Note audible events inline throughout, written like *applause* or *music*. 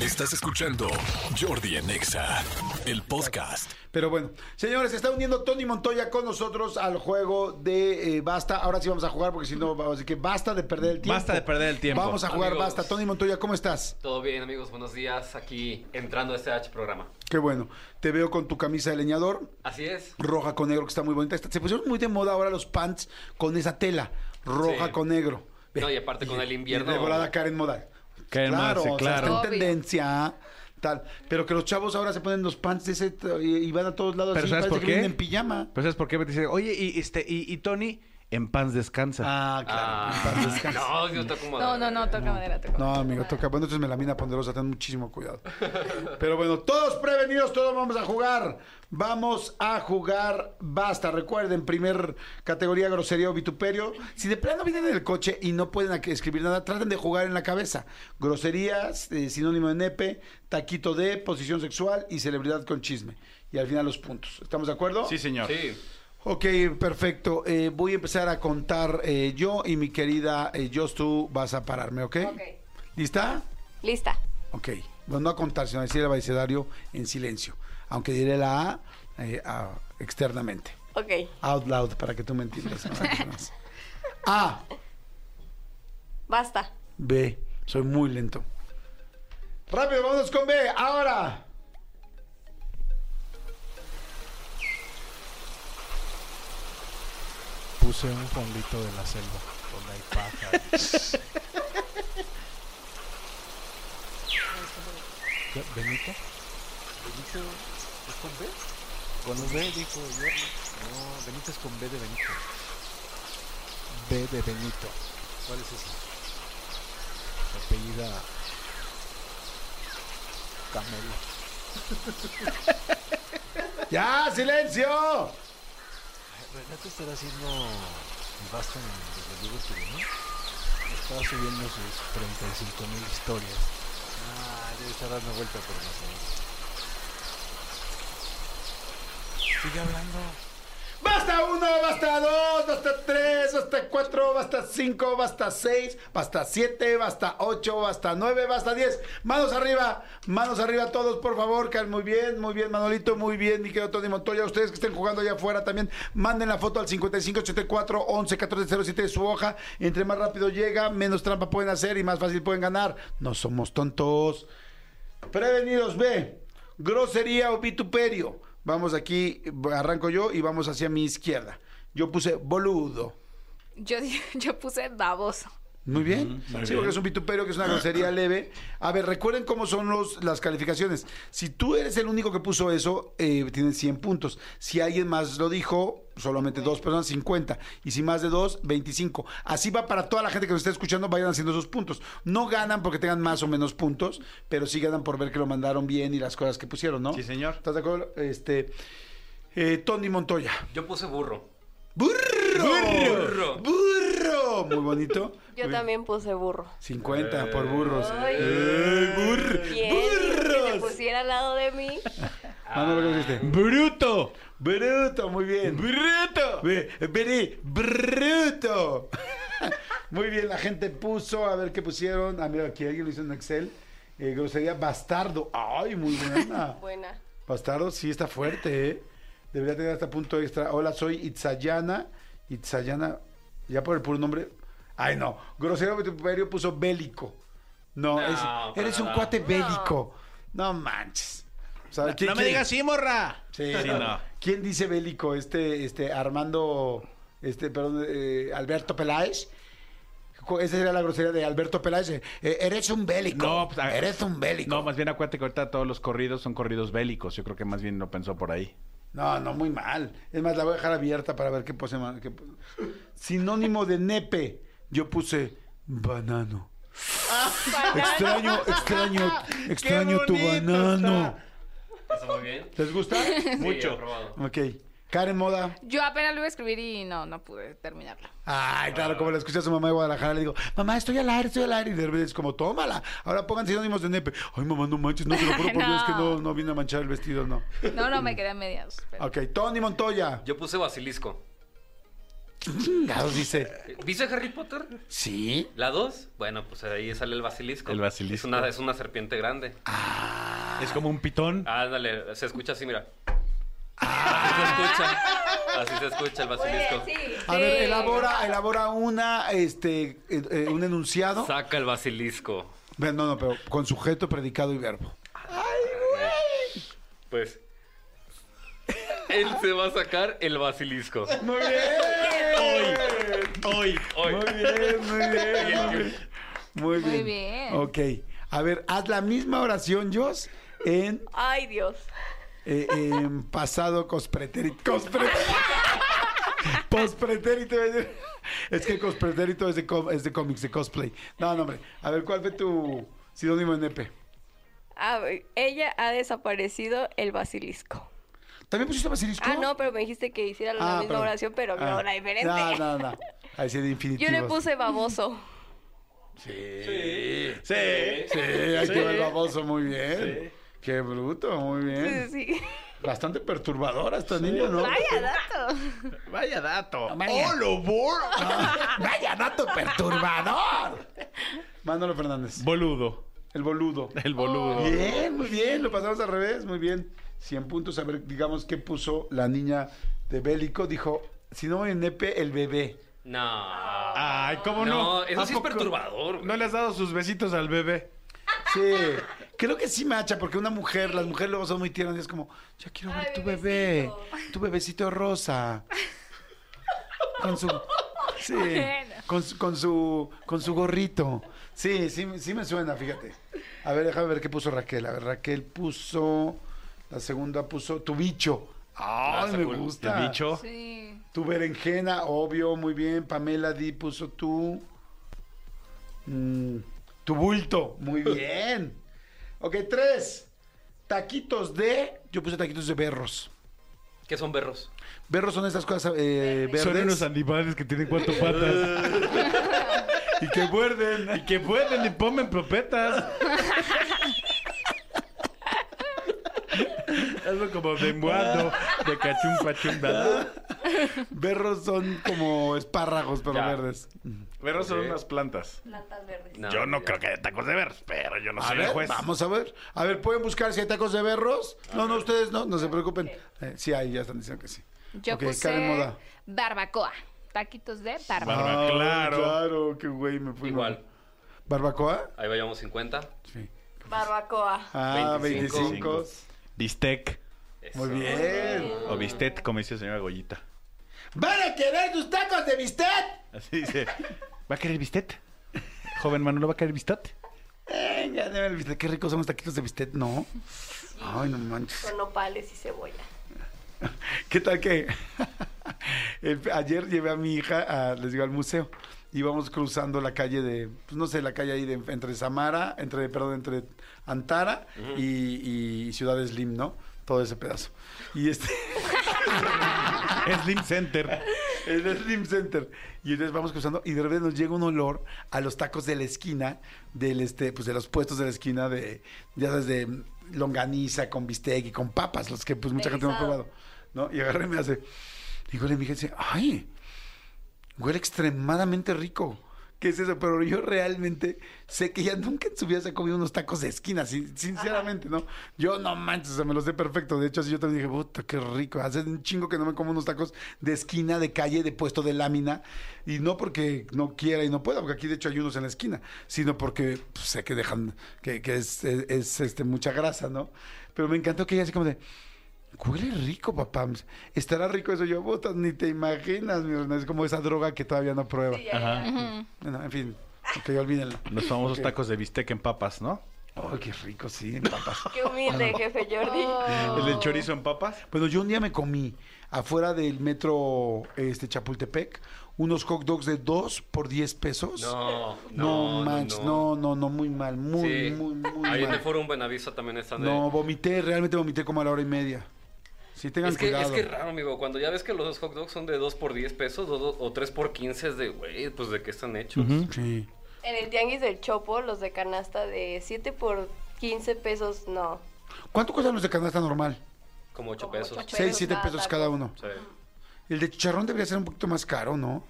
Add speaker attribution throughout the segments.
Speaker 1: Estás escuchando Jordi en Exa, el podcast.
Speaker 2: Pero bueno, señores, se está uniendo Tony Montoya con nosotros al juego de eh, Basta. Ahora sí vamos a jugar porque si no, vamos a decir que basta de perder el tiempo.
Speaker 3: Basta de perder el tiempo.
Speaker 2: Vamos a jugar
Speaker 4: Amigos.
Speaker 2: Basta. Tony Montoya, ¿cómo estás?
Speaker 4: Todo bien, amigos, buenos días. Aquí entrando a este H programa.
Speaker 2: Qué bueno. Te veo con tu camisa de leñador,
Speaker 4: Así es.
Speaker 2: roja con negro, que está muy bonita. Está- Se pusieron muy de moda ahora los pants con esa tela, roja
Speaker 4: Sí.
Speaker 2: con negro.
Speaker 4: No, y aparte con el invierno-
Speaker 2: Y de volada Karen Modal.
Speaker 3: Karen
Speaker 2: claro,
Speaker 3: Modal, sí,
Speaker 2: o sea,
Speaker 3: claro.
Speaker 2: está en
Speaker 5: Obvio.
Speaker 2: tendencia. Tal. Pero que los chavos ahora se ponen los pants de ese t- y, y van a todos lados
Speaker 3: Pero
Speaker 2: así,
Speaker 3: ¿sabes
Speaker 2: parece
Speaker 3: por
Speaker 2: que
Speaker 3: qué?
Speaker 2: vienen en pijama.
Speaker 3: Pero ¿sabes por qué? Pues Me dice, oye, y, este, y, y Tony en pants descansa.
Speaker 2: Ah, claro. en paz
Speaker 4: Ah,
Speaker 2: descanse.
Speaker 4: no, yo toco
Speaker 5: No,
Speaker 4: madera.
Speaker 5: no, no, toca madera, toca
Speaker 2: No,
Speaker 5: madera,
Speaker 2: amigo,
Speaker 5: madera.
Speaker 2: toca. Bueno, entonces melamina ponderosa, ten muchísimo cuidado. Pero bueno, todos prevenidos, todos vamos a jugar. Vamos a jugar, basta. Recuerden, primer categoría, grosería o vituperio. Si de plano vienen en el coche y no pueden aquí escribir nada, traten de jugar en la cabeza. Groserías, eh, sinónimo de nepe, taquito de, posición sexual y celebridad con chisme. Y al final los puntos. ¿Estamos de acuerdo?
Speaker 3: Sí, señor.
Speaker 4: Sí.
Speaker 2: Ok, perfecto. Eh, voy a empezar a contar eh, yo y mi querida eh, Jos, tú vas a pararme, ¿ok?
Speaker 5: Ok.
Speaker 2: ¿Lista?
Speaker 5: Lista.
Speaker 2: Ok. Bueno, no a contar, sino a decir el abecedario en silencio. Aunque diré la A, eh, a- externamente.
Speaker 5: Ok.
Speaker 2: Out loud, para que tú me entiendas. más. a,
Speaker 5: Basta.
Speaker 2: B. Soy muy lento. Rápido, vámonos con B. Ahora.
Speaker 6: puse un fondito de la selva donde hay pájaros. ¿Qué? ¿Benito?
Speaker 7: Benito es con B. Con B dijo yo. No, Benito es con B de Benito.
Speaker 6: B de Benito.
Speaker 7: ¿Cuál es ese?
Speaker 6: se Apellida Camelo.
Speaker 2: ¡Ya, silencio!
Speaker 7: Renato estará haciendo el basta en desde Luego Turismo.
Speaker 6: Estaba subiendo sus 35 mil historias.
Speaker 7: Ah, debe estar dando vuelta por la zona. Sigue hablando.
Speaker 2: Basta uno, basta dos, basta tres, basta cuatro, basta cinco, basta seis, basta siete, basta ocho, basta nueve, basta diez. Manos arriba, manos arriba todos, por favor. Caen muy bien, muy bien, Manolito, muy bien, mi querido Tony Montoya. Ustedes que estén jugando allá afuera también, manden la foto al 5584 11 1407 de su hoja. Entre más rápido llega, menos trampa pueden hacer y más fácil pueden ganar. No somos tontos. Prevenidos B. Grosería o vituperio. Vamos aquí, arranco yo y vamos hacia mi izquierda. Yo puse boludo.
Speaker 5: Yo, di- *laughs* yo puse baboso.
Speaker 2: Muy bien.
Speaker 3: muy
Speaker 2: sí,
Speaker 3: bien.
Speaker 2: porque es un vituperio, que es una
Speaker 3: *laughs*
Speaker 2: grosería leve. A ver, recuerden cómo son los, las calificaciones. Si tú eres el único que puso eso, eh, tienes 100 puntos. Si alguien más lo dijo, solamente dos personas, 50. Y si más de dos, 25. Así va para toda la gente que nos está escuchando, vayan haciendo esos puntos. No ganan porque tengan más o menos puntos, pero sí ganan por ver que lo mandaron bien y las cosas que pusieron, ¿no?
Speaker 3: Sí, señor.
Speaker 2: ¿Estás de acuerdo? Este, eh, Tony Montoya.
Speaker 4: Yo puse burro.
Speaker 2: ¡Burro!
Speaker 4: Burro.
Speaker 2: ¡Burro! Muy bonito.
Speaker 8: Yo
Speaker 2: Muy-
Speaker 8: también puse burro.
Speaker 2: 50 por burros.
Speaker 8: Ay.
Speaker 5: Eh,
Speaker 2: ¡Ey, burr-
Speaker 8: ¿Quién dijo que se
Speaker 2: ¡Burros! Ah,
Speaker 8: pusiera al lado de mí? *laughs*
Speaker 2: Manolo, ¿qué pusiste?
Speaker 3: ¡Bruto!
Speaker 2: Bruto, muy bien.
Speaker 3: ¡Bruto!
Speaker 2: Ve- Vení, bruto. *laughs* Muy bien, la gente puso, a ver qué pusieron. Ah, mira, aquí alguien lo hizo en Excel. Eh, grosería bastardo. Ay, muy buena.
Speaker 8: Buena.
Speaker 2: Bastardo, sí está fuerte, ¿eh? Debería tener hasta punto extra. Hola, soy Itzayana. Itzayana, ya por el puro nombre. Ay, no. Grosero Vituperio puso bélico. No,
Speaker 4: No,
Speaker 2: es-
Speaker 4: para
Speaker 2: eres un
Speaker 4: nada.
Speaker 2: cuate bélico. No manches. O sea, ¿quién-
Speaker 3: No me
Speaker 2: quién-
Speaker 3: digas sí, morra.
Speaker 2: Ah, Sí,
Speaker 3: Sí,
Speaker 2: no.
Speaker 3: no.
Speaker 2: ¿Quién dice bélico? Este, este, Armando, este, perdón, eh, Alberto Peláez. Ju- Esa sería la grosería de Alberto Peláez. eh, eres un bélico.
Speaker 3: No, pues, a-
Speaker 2: eres un bélico.
Speaker 3: No, más bien acuérdate que ahorita todos los corridos son corridos bélicos. Yo creo que más bien lo pensó por ahí.
Speaker 2: No, no, muy mal. Es más, la voy a dejar abierta para ver qué puse mal. qué- Sinónimo de nepe, yo puse banano. Extraño, extraño, extraño tu banano.
Speaker 4: ¿Está muy bien?
Speaker 2: ¿Les gusta?
Speaker 3: *laughs*
Speaker 4: Mucho. aprobado.
Speaker 2: Ok. Karen Moda.
Speaker 5: Yo apenas lo iba a escribir y no, no pude terminarlo.
Speaker 2: Ay, claro, como la escuché a su mamá de Guadalajara, le digo, mamá, estoy al aire, estoy al aire. Y de repente es como, tómala. Ahora pongan sinónimos de nepe. Ay, mamá, no manches, no te lo juro por
Speaker 5: No.
Speaker 2: Dios que no, no vine a manchar el vestido, no.
Speaker 5: No, no, me quedé a medias. pero-
Speaker 2: Ok, Tony Montoya.
Speaker 4: Yo puse basilisco.
Speaker 2: Chingados, dice.
Speaker 4: ¿Viste Harry Potter?
Speaker 2: ¿Sí?
Speaker 4: ¿La 2? Bueno, pues ahí sale el basilisco.
Speaker 3: El basilisco.
Speaker 4: Es una, es una serpiente grande.
Speaker 2: Ah.
Speaker 3: Es como un pitón.
Speaker 4: Ah. Ándale, se escucha así, mira.
Speaker 2: Ah.
Speaker 4: Así se escucha. Así se escucha el basilisco.
Speaker 2: A ver, elabora, elabora una, este, eh, eh, un enunciado.
Speaker 4: Saca el basilisco.
Speaker 2: Ve, No, no, pero con sujeto, predicado y verbo.
Speaker 4: Pues. Él se va a sacar el basilisco.
Speaker 2: Muy bien.
Speaker 4: Hoy, hoy.
Speaker 2: Muy bien, muy bien. Muy bien.
Speaker 5: Muy bien.
Speaker 2: Ok. A ver, haz la misma oración, Jos, en,
Speaker 8: Ay, Dios.
Speaker 2: eh, en pasado cospretérito. *laughs* Cospretérito. Pospretérito. Es que cospretérito es de, com- es de cómics, de cosplay. No, no, hombre. A ver, ¿cuál fue tu sinónimo en E EP?
Speaker 8: A ver, ella ha desaparecido el basilisco.
Speaker 2: ¿También pusiste basilisco?
Speaker 8: Ah, no, pero me dijiste que hiciera la
Speaker 2: Ah,
Speaker 8: misma
Speaker 2: perdón.
Speaker 8: oración, pero
Speaker 2: Ah.
Speaker 8: no, una diferente.
Speaker 2: No, no, no. Ahí sí, de infinitivo.
Speaker 8: Yo le puse baboso. *laughs*
Speaker 4: Sí.
Speaker 2: Sí, sí, ahí te va el baboso, muy bien. Qué bruto, muy bien.
Speaker 8: Sí, sí.
Speaker 2: Bastante perturbadora esta niña, ¿no?
Speaker 8: Vaya dato.
Speaker 6: Vaya dato.
Speaker 2: ¡Oh, lo burro! Ah, *laughs* ¡Vaya dato perturbador! Manolo Fernández,
Speaker 3: Boludo.
Speaker 2: el boludo. Oh.
Speaker 3: El boludo.
Speaker 2: Bien, muy bien, lo pasamos al revés, muy bien. 100 puntos, a ver, digamos, ¿qué puso la niña de Bélico? Dijo, si no en nepe, el bebé.
Speaker 4: No.
Speaker 3: Ay, ¿cómo no?
Speaker 4: No, eso
Speaker 3: ¿A
Speaker 4: sí es
Speaker 3: poco
Speaker 4: perturbador, güey.
Speaker 3: ¿No le has dado sus besitos al bebé?
Speaker 2: Sí, creo que sí macha, porque una mujer, las mujeres luego son muy tiernas y es como, yo quiero ver
Speaker 8: Ay,
Speaker 2: tu bebé, tu bebecito rosa. Con su. Sí,
Speaker 5: Bueno.
Speaker 2: con, su- con su con su gorrito. Sí, sí, sí me suena, fíjate. A ver, déjame ver qué puso Raquel. A ver, Raquel puso. La segunda puso tu bicho. Ay,
Speaker 4: está
Speaker 2: me
Speaker 4: cool.
Speaker 2: gusta.
Speaker 3: El bicho.
Speaker 5: Sí.
Speaker 2: Tu berenjena, obvio, muy bien. Pamela Di puso tu. mm, tu bulto, muy bien. Ok, tres. Taquitos de. Yo puse taquitos de berros.
Speaker 4: ¿Qué son berros?
Speaker 2: Berros son esas cosas eh,
Speaker 6: Son
Speaker 2: verdes.
Speaker 6: unos animales que tienen cuatro patas
Speaker 3: *laughs*
Speaker 2: y que muerden.
Speaker 6: y que pueden y ponen propetas. Algo como de muando, de cachum pachum dando.
Speaker 2: Berros son como espárragos, pero
Speaker 3: Ya.
Speaker 2: verdes.
Speaker 3: Perros son
Speaker 4: Ok.
Speaker 3: unas plantas.
Speaker 8: Plantas verdes.
Speaker 4: No,
Speaker 6: Yo no
Speaker 4: ya.
Speaker 6: creo que haya tacos de veras, pero yo no
Speaker 2: A
Speaker 6: soy el
Speaker 2: ver,
Speaker 6: juez.
Speaker 2: vamos a ver. A ver, ¿pueden buscar si hay tacos de berros? no, no, ustedes no, no se preocupen. Eh, sí, hay, ya están diciendo que sí.
Speaker 5: Yo
Speaker 2: Ok,
Speaker 5: puse
Speaker 2: Karen Moda.
Speaker 5: barbacoa. Taquitos de barbacoa.
Speaker 6: Barba,
Speaker 2: Ah,
Speaker 6: claro.
Speaker 2: Claro, qué güey, me fui.
Speaker 4: Igual.
Speaker 2: ¿Barbacoa?
Speaker 4: Ahí vayamos 50.
Speaker 2: Sí.
Speaker 8: Barbacoa.
Speaker 2: Ah, 25.
Speaker 4: 25.
Speaker 3: Bistec.
Speaker 4: Eso.
Speaker 2: Muy bien.
Speaker 3: O bistec, como dice la señora Goyita.
Speaker 2: ¿Van a querer tus tacos de bistec?
Speaker 3: Así dice. ¿Va a querer bistec? Joven Manolo, ¿va a querer bistec?
Speaker 2: Venga, dame el bistec. Qué ricos son los taquitos de bistec, ¿no? Ay, no manches.
Speaker 8: Con nopales y cebolla.
Speaker 2: ¿Qué tal que *laughs* el- ayer llevé a mi hija, a- les digo, al museo? Íbamos cruzando la calle de, pues no sé, la calle ahí de, entre Samara, entre, perdón, entre Antara y, y Ciudad Slim, ¿no? Todo ese pedazo. Y este...
Speaker 6: Slim
Speaker 2: *laughs*
Speaker 6: Center.
Speaker 2: En el Slim Center. Y entonces vamos cruzando y de repente nos llega un olor a los tacos de la esquina, del este, pues de los puestos de la esquina de, ya sabes, de longaniza con bistec y con papas, los que pues mucha gente no ha
Speaker 8: Delicado.
Speaker 2: probado. ¿No? Y agarré y me hace. Y huele mi hija y dice, ay, huele extremadamente rico. ¿Qué es eso? Pero yo realmente sé que ella nunca en su vida se ha comido unos tacos de esquina, sin- sinceramente, ¿no? Yo no manches, o sea, me los sé perfecto. De hecho, así yo también dije, puta, qué rico. Hace un chingo que no me como unos tacos de esquina, de calle, de puesto de lámina. Y no porque no quiera y no pueda, porque aquí de hecho hay unos en la esquina, sino porque pues, sé que dejan, que, que es, es- es, este, mucha grasa, ¿no? Pero me encantó que ella así como de, Huele rico, papá. Estará rico eso. Yo, puta, ni te imaginas, mi reina. Es como esa droga que todavía no prueba. Bueno, en fin, ok, olvídenlo.
Speaker 3: Los famosos
Speaker 2: Ok.
Speaker 3: tacos de bistec en papas, ¿no?
Speaker 2: Ay, qué rico, sí, en papas.
Speaker 8: Qué humilde, jefe *laughs* Jordi.
Speaker 2: Ah.
Speaker 3: ¿El del chorizo en papas?
Speaker 2: Bueno, yo un día me comí afuera del metro este, Chapultepec unos hot dogs de 2 por 10 pesos.
Speaker 4: No,
Speaker 2: no, manches, no, no, no, muy mal, muy,
Speaker 4: Sí.
Speaker 2: muy, muy
Speaker 4: Ahí en el
Speaker 2: mal.
Speaker 4: foro un buen aviso también están de-
Speaker 2: No, vomité, realmente vomité como a la hora y media. Sí, tengan
Speaker 4: Es que, es
Speaker 2: cuidado.
Speaker 4: que raro, amigo. Cuando ya ves que los hot dogs son de 2 por 10 pesos o, do- o 3 por 15, es de, güey, pues de qué están hechos.
Speaker 2: Sí.
Speaker 8: En el tianguis del Chopo, los de canasta de 7 por 15 pesos, no.
Speaker 2: ¿Cuánto cuestan los de canasta normal?
Speaker 4: Como 8 pesos.
Speaker 8: ocho
Speaker 2: 6, 7
Speaker 8: cada
Speaker 2: pesos
Speaker 8: taco.
Speaker 2: cada uno.
Speaker 4: Sí.
Speaker 2: El de chicharrón debería ser un poquito más caro, ¿no?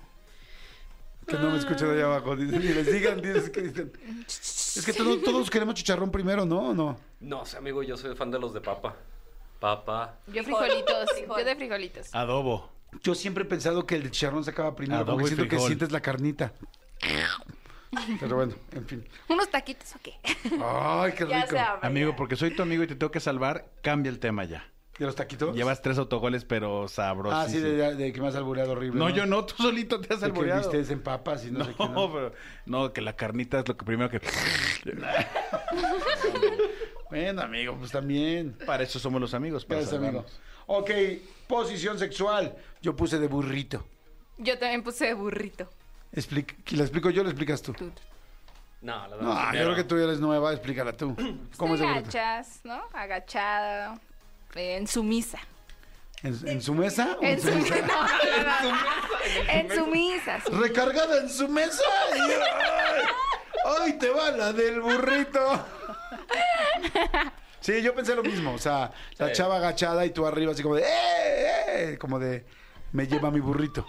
Speaker 2: Que no me escuchen allá abajo. Dicen, ni les digan, dicen que dicen. Es que todos, todos queremos chicharrón primero, ¿no? ¿O no?
Speaker 4: No sé, amigo, yo soy fan de los de papa. Papa.
Speaker 5: Yo
Speaker 8: Frijol.
Speaker 5: frijolitos,
Speaker 8: Frijol.
Speaker 5: yo de frijolitos.
Speaker 3: Adobo.
Speaker 2: Yo siempre he pensado que el de chicharrón se acaba primero,
Speaker 3: Adobo
Speaker 2: porque
Speaker 3: y
Speaker 2: siento que
Speaker 3: Ah, frijol.
Speaker 2: sientes la carnita. Pero bueno, en fin.
Speaker 5: ¿Unos taquitos o qué? *laughs*
Speaker 2: Ay, qué
Speaker 8: Ya
Speaker 2: rico.
Speaker 8: se hambre.
Speaker 3: Amigo,
Speaker 8: ya.
Speaker 3: porque soy tu amigo y te tengo que salvar, cambia el tema ya.
Speaker 2: ¿Y los taquitos?
Speaker 3: Llevas tres autogoles, pero
Speaker 2: Ah,
Speaker 3: sabrosísimos.
Speaker 2: sí, de, de que me has albureado horrible.
Speaker 3: No, yo no, tú solito te has
Speaker 2: De que
Speaker 3: alboreado.
Speaker 2: viste en papas y no,
Speaker 3: No,
Speaker 2: sé qué. ¿no?
Speaker 3: pero no, que la carnita es lo que primero que *laughs*
Speaker 2: Bueno, amigo, pues también.
Speaker 3: para eso somos los amigos, para
Speaker 2: Gracias, amigo.
Speaker 3: salvarnos.
Speaker 2: Ok, posición sexual. Yo puse de burrito.
Speaker 5: Yo también puse de burrito.
Speaker 2: Explica, ¿La explico yo o la explicas tú?
Speaker 5: Tú-
Speaker 4: No, la
Speaker 2: No,
Speaker 4: damos
Speaker 2: yo
Speaker 4: primero.
Speaker 2: creo que tú eres nueva, explícala *clears throat* tú. ¿Cómo es
Speaker 5: Te
Speaker 2: de burrito?
Speaker 5: agachas, ¿no? Agachada, eh, en sumisa.
Speaker 2: ¿En, en su mesa? o
Speaker 5: En sumisa. *laughs* No, no, no, no. En sumisa. su-
Speaker 2: Recargada en su mesa. y- ¡ay! ¡Ay, te va la del *laughs* burrito! Sí, yo pensé lo mismo. O sea, la
Speaker 4: Sí.
Speaker 2: chava agachada y tú arriba así como de ¡eh, eh! Como de me lleva mi burrito.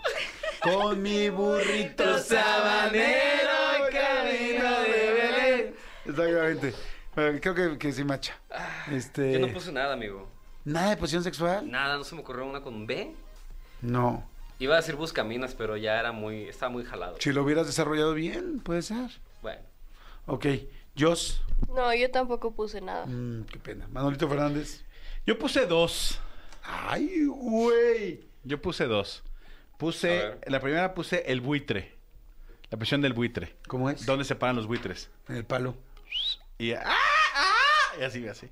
Speaker 2: Con mi burrito sabanero camino de Belén. Exactamente. Pero creo que, que sí macha. Este,
Speaker 4: Yo Ah, no puse nada, amigo.
Speaker 2: ¿Nada de posición sexual?
Speaker 4: Nada, no se me ocurrió una con B.
Speaker 2: No.
Speaker 4: Iba a decir buscaminas, pero ya era muy, estaba muy jalado.
Speaker 2: Si lo hubieras desarrollado bien, puede ser.
Speaker 4: Bueno,
Speaker 2: Ok, Jos.
Speaker 8: No, yo tampoco puse nada.
Speaker 2: Mm, qué pena. Manolito Fernández.
Speaker 3: Yo puse dos.
Speaker 2: Ay, güey.
Speaker 3: Yo puse dos.
Speaker 4: A
Speaker 3: Puse,
Speaker 4: ver.
Speaker 3: la primera puse el buitre. La presión del buitre.
Speaker 2: ¿Cómo es?
Speaker 3: ¿Dónde se paran los buitres?
Speaker 2: En el palo.
Speaker 3: Y, ¡ah, ah! y así, así.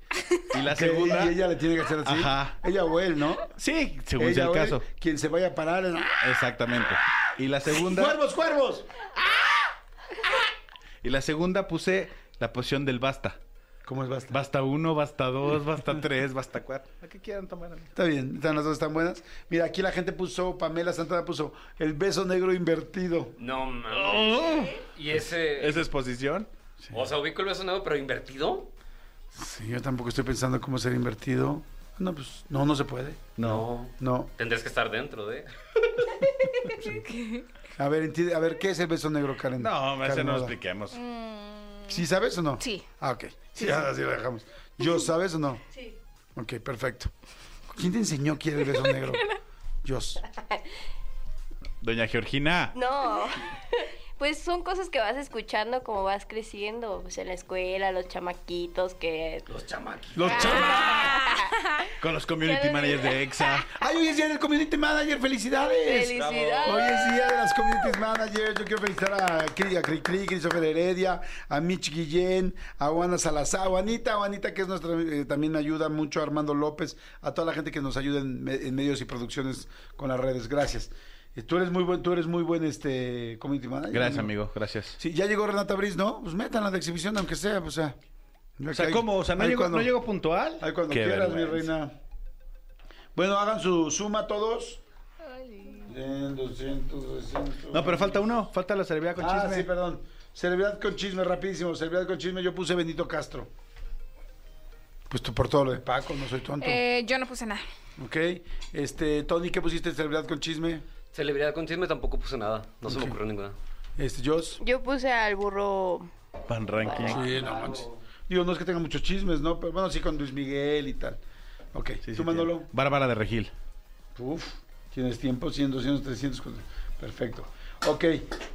Speaker 3: Y la
Speaker 2: Que-
Speaker 3: segunda.
Speaker 2: Y ella le tiene que hacer así.
Speaker 3: Ajá.
Speaker 2: Ella o él, ¿no?
Speaker 3: Sí, según
Speaker 2: ella
Speaker 3: sea el
Speaker 2: o él,
Speaker 3: caso.
Speaker 2: Quien se vaya a parar. en- ¡Ah!
Speaker 3: Exactamente. Y la segunda.
Speaker 2: ¡Cuervos, cuervos!
Speaker 3: Y la segunda puse la posición del basta.
Speaker 2: ¿Cómo es basta?
Speaker 3: Basta uno, basta dos, basta tres, basta cuatro. Lo que quieran tomar. amigo.
Speaker 2: Está bien, están las dos tan buenas. Mira, aquí la gente puso, Pamela Santana puso el beso negro invertido.
Speaker 4: no
Speaker 2: Mm.
Speaker 4: mames. Y ese,
Speaker 3: ¿Esa es posición?
Speaker 4: O sea, ubico el beso nuevo, pero invertido.
Speaker 2: Sí, yo tampoco estoy pensando cómo ser invertido. No, pues, no, no se puede.
Speaker 4: No.
Speaker 2: No.
Speaker 4: Tendrías que estar dentro de.
Speaker 2: A ver, enti- a ver, ¿qué es el beso negro, Karen?
Speaker 3: No, hombre, ese
Speaker 2: Karen
Speaker 3: no lo
Speaker 2: Oda.
Speaker 3: expliquemos.
Speaker 2: ¿Sí sabes o no?
Speaker 5: Sí.
Speaker 2: Ah, ok. Sí, ahora sí lo dejamos. *laughs* ¿Yo sabes o no?
Speaker 8: Sí.
Speaker 2: Ok, perfecto. ¿Quién te enseñó que era el *laughs* beso negro? Dios.
Speaker 3: Doña Georgina.
Speaker 8: No. *laughs* Pues son cosas que vas escuchando como vas creciendo, pues en la escuela, los chamaquitos que...
Speaker 4: Los chamaquis.
Speaker 3: Los chamacos. Con los community managers de EXA.
Speaker 2: ¡Ay, hoy es día del community manager! ¡Felicidades! Hoy
Speaker 8: ¡Felicidades!
Speaker 2: es día de las community managers. Yo quiero felicitar a Cri, a Cri Cri, Christopher Heredia, a Mitch Guillén, a Juana Salazar, a Juanita, a Juanita que es nuestra, eh, también ayuda mucho a Armando López, a toda la gente que nos ayuda en, me- en medios y producciones con las redes. Gracias. Eh, Tú eres muy buen, tú eres muy buen este community manager.
Speaker 3: Gracias,
Speaker 2: ¿no?
Speaker 3: amigo. Gracias.
Speaker 2: Sí, ya llegó Renata Briz, ¿no? Pues métanla de exhibición, aunque sea, o sea.
Speaker 3: O sea, ¿cómo? O sea, ¿no,
Speaker 2: Ahí
Speaker 3: llego,
Speaker 2: cuando-
Speaker 3: ¿no llego puntual?
Speaker 2: Ahí cuando
Speaker 3: Qué
Speaker 2: quieras, mi
Speaker 3: vergüenza.
Speaker 2: reina. Bueno, hagan su suma todos. 100, 200, 300.
Speaker 3: No, pero falta uno. Falta la cerveza con
Speaker 2: ah,
Speaker 3: chisme.
Speaker 2: sí, perdón. Celebridad con chisme, rapidísimo. Celebridad con chisme, yo puse Benito Castro. Pues tú por todo lo de Paco, no soy tonto.
Speaker 5: Eh, yo no puse nada.
Speaker 2: Ok. Este, Tony, ¿qué pusiste en celebridad con chisme?
Speaker 4: Celebridad con chisme tampoco puse nada. No se
Speaker 2: Ok.
Speaker 4: me ocurrió ninguna.
Speaker 2: Este, Joss.
Speaker 8: Yo puse al burro...
Speaker 3: Pan ranking.
Speaker 2: Sí, no manches. Digo, no es que tenga muchos chismes, ¿no? Pero bueno, sí, con Luis Miguel y tal. Ok,
Speaker 3: Sí, sí,
Speaker 2: tú, Manolo.
Speaker 3: tiene. Bárbara de Regil.
Speaker 2: Uf, tienes tiempo, 100, 200, 300. con- Perfecto. Ok,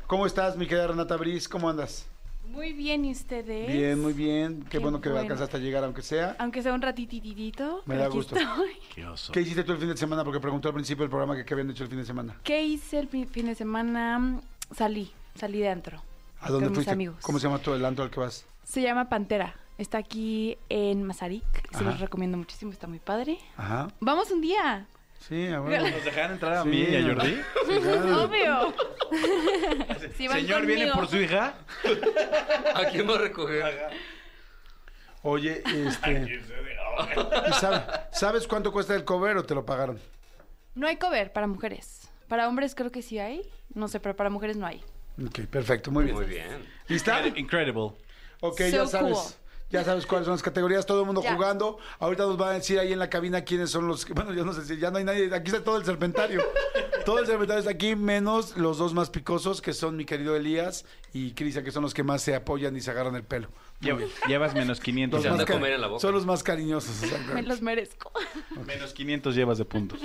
Speaker 2: ¿cómo estás, mi querida Renata Briz? ¿Cómo andas?
Speaker 9: Muy bien, ¿y ustedes?
Speaker 2: Bien, muy bien. Qué,
Speaker 9: Qué
Speaker 2: bueno que
Speaker 9: bueno. Ah.
Speaker 2: alcanzaste a llegar, aunque sea.
Speaker 9: Aunque sea un ratititito.
Speaker 2: Me
Speaker 9: pero
Speaker 2: da
Speaker 9: aquí
Speaker 2: gusto.
Speaker 9: estoy. *laughs*
Speaker 3: Qué oso.
Speaker 2: ¿Qué hiciste tú el fin de semana? Porque preguntó al principio del programa que qué habían hecho el fin de semana.
Speaker 9: ¿Qué hice el fin fin de semana? Salí, salí de antro.
Speaker 2: ¿A dónde
Speaker 9: Con mis
Speaker 2: fuiste?
Speaker 9: amigos.
Speaker 2: ¿Cómo se llama tu el antro al que vas?
Speaker 9: Se llama Pantera. Está aquí en Mazarik. Se
Speaker 2: Ajá.
Speaker 9: los recomiendo muchísimo, está muy padre.
Speaker 2: Ajá.
Speaker 9: Vamos un día.
Speaker 2: Sí, ah, bueno.
Speaker 3: ¿Nos dejaron entrar a
Speaker 2: Sí,
Speaker 3: mí y a
Speaker 2: no. *laughs*
Speaker 3: Jordi?
Speaker 9: Obvio. Si van
Speaker 3: Señor, ¿viene
Speaker 9: conmigo.
Speaker 3: por su hija?
Speaker 4: ¿A quién va a recoger?
Speaker 2: Oye, este. ¿y sabe- ¿Sabes cuánto cuesta el cover o te lo pagaron?
Speaker 9: No hay cover para mujeres. Para hombres creo que sí hay. No sé, pero para mujeres no hay.
Speaker 2: Ok, perfecto, muy bien.
Speaker 4: Muy bien.
Speaker 2: ¿Lista?
Speaker 3: Eh, Incredible.
Speaker 2: Ok,
Speaker 9: So
Speaker 2: ya sabes.
Speaker 9: cool.
Speaker 2: Ya sabes cuáles son las categorías, todo el mundo
Speaker 5: Ya.
Speaker 2: jugando. Ahorita nos va a decir ahí en la cabina quiénes son los que. Bueno, yo no sé si ya no hay nadie. Aquí está todo el serpentario. todo el serpentario está aquí, menos los dos más picosos, que son mi querido Elías y Crisa, que son los que más se apoyan y se agarran el pelo. Muy
Speaker 3: Lle-
Speaker 2: bien.
Speaker 3: Llevas menos
Speaker 2: Los
Speaker 3: 500.
Speaker 4: se han
Speaker 2: más
Speaker 4: de
Speaker 2: cari-
Speaker 4: comer en la boca.
Speaker 2: Son los más cariñosos.
Speaker 9: Me
Speaker 2: exactamente. *laughs*
Speaker 9: los merezco.
Speaker 3: Menos 500 llevas de puntos.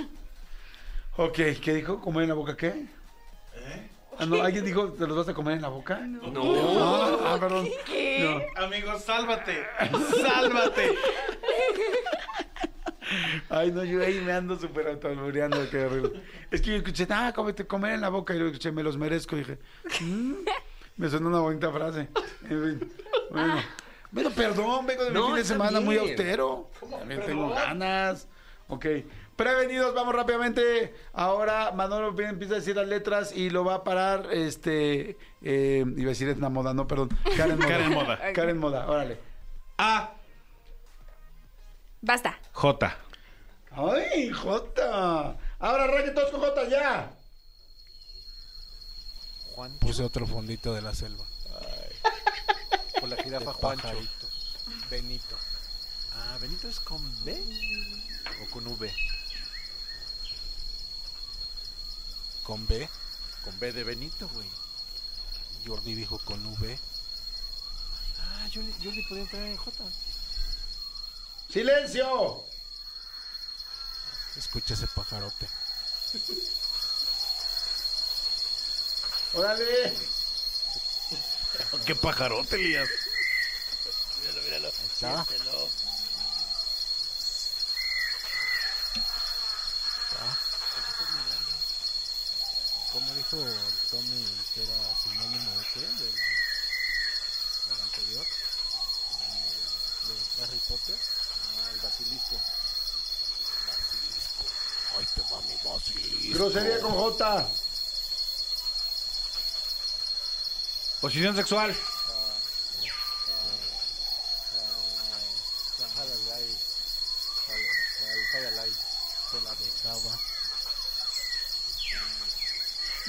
Speaker 2: Ok, ¿qué dijo? ¿Comer en la boca qué? Ah, no, ¿Alguien dijo, te los vas a comer en la boca? No. Ah, perdón. No.
Speaker 6: Amigos, sálvate. Sálvate.
Speaker 2: Ay, no, yo ahí me ando súper autoalbureando. qué horrible. Es que yo escuché, ah, cómete comer en la boca. Y luego escuché, me los merezco. Y dije, "Mm". me sonó una bonita frase. En fin, bueno. Bueno, perdón, vengo de mi
Speaker 4: No,
Speaker 2: fin de
Speaker 4: está
Speaker 2: semana muy
Speaker 4: bien.
Speaker 2: austero. También tengo ganas. Ok. Prevenidos, vamos rápidamente. Ahora Manolo bien empieza a decir las letras y lo va a parar, este, eh, iba a decir Etna Moda, no, perdón. Karen Moda.
Speaker 3: Karen Moda.
Speaker 2: Karen Moda, órale.
Speaker 3: A.
Speaker 5: Basta.
Speaker 3: J.
Speaker 2: ¡Ay, Jota! Ahora arranquen todos con Jota, ya.
Speaker 7: Juan
Speaker 6: Puse otro fondito de la selva.
Speaker 7: con la jirafa Juancho. Benito. Ah, Benito es con B o con V.
Speaker 6: Con B.
Speaker 7: Con B de Benito, güey.
Speaker 6: Jordi dijo con V.
Speaker 7: Ah, yo le, yo le podía entrar en J.
Speaker 2: ¡Silencio!
Speaker 6: Escucha ese pajarote.
Speaker 2: ¡Órale!
Speaker 6: ¡Qué pajarote, Elías! Míralo, míralo. Ahí está.
Speaker 7: ¿Cómo dijo Tommy que era sinónimo de qué? Del, del anterior. De Harry Potter. Ah, el basilisco.
Speaker 6: Ahí te va mi basilisco.
Speaker 2: ¡Grosería con Jota!
Speaker 3: Posición sexual.
Speaker 7: Ah, Halalai. Halalai. Te la dejaba.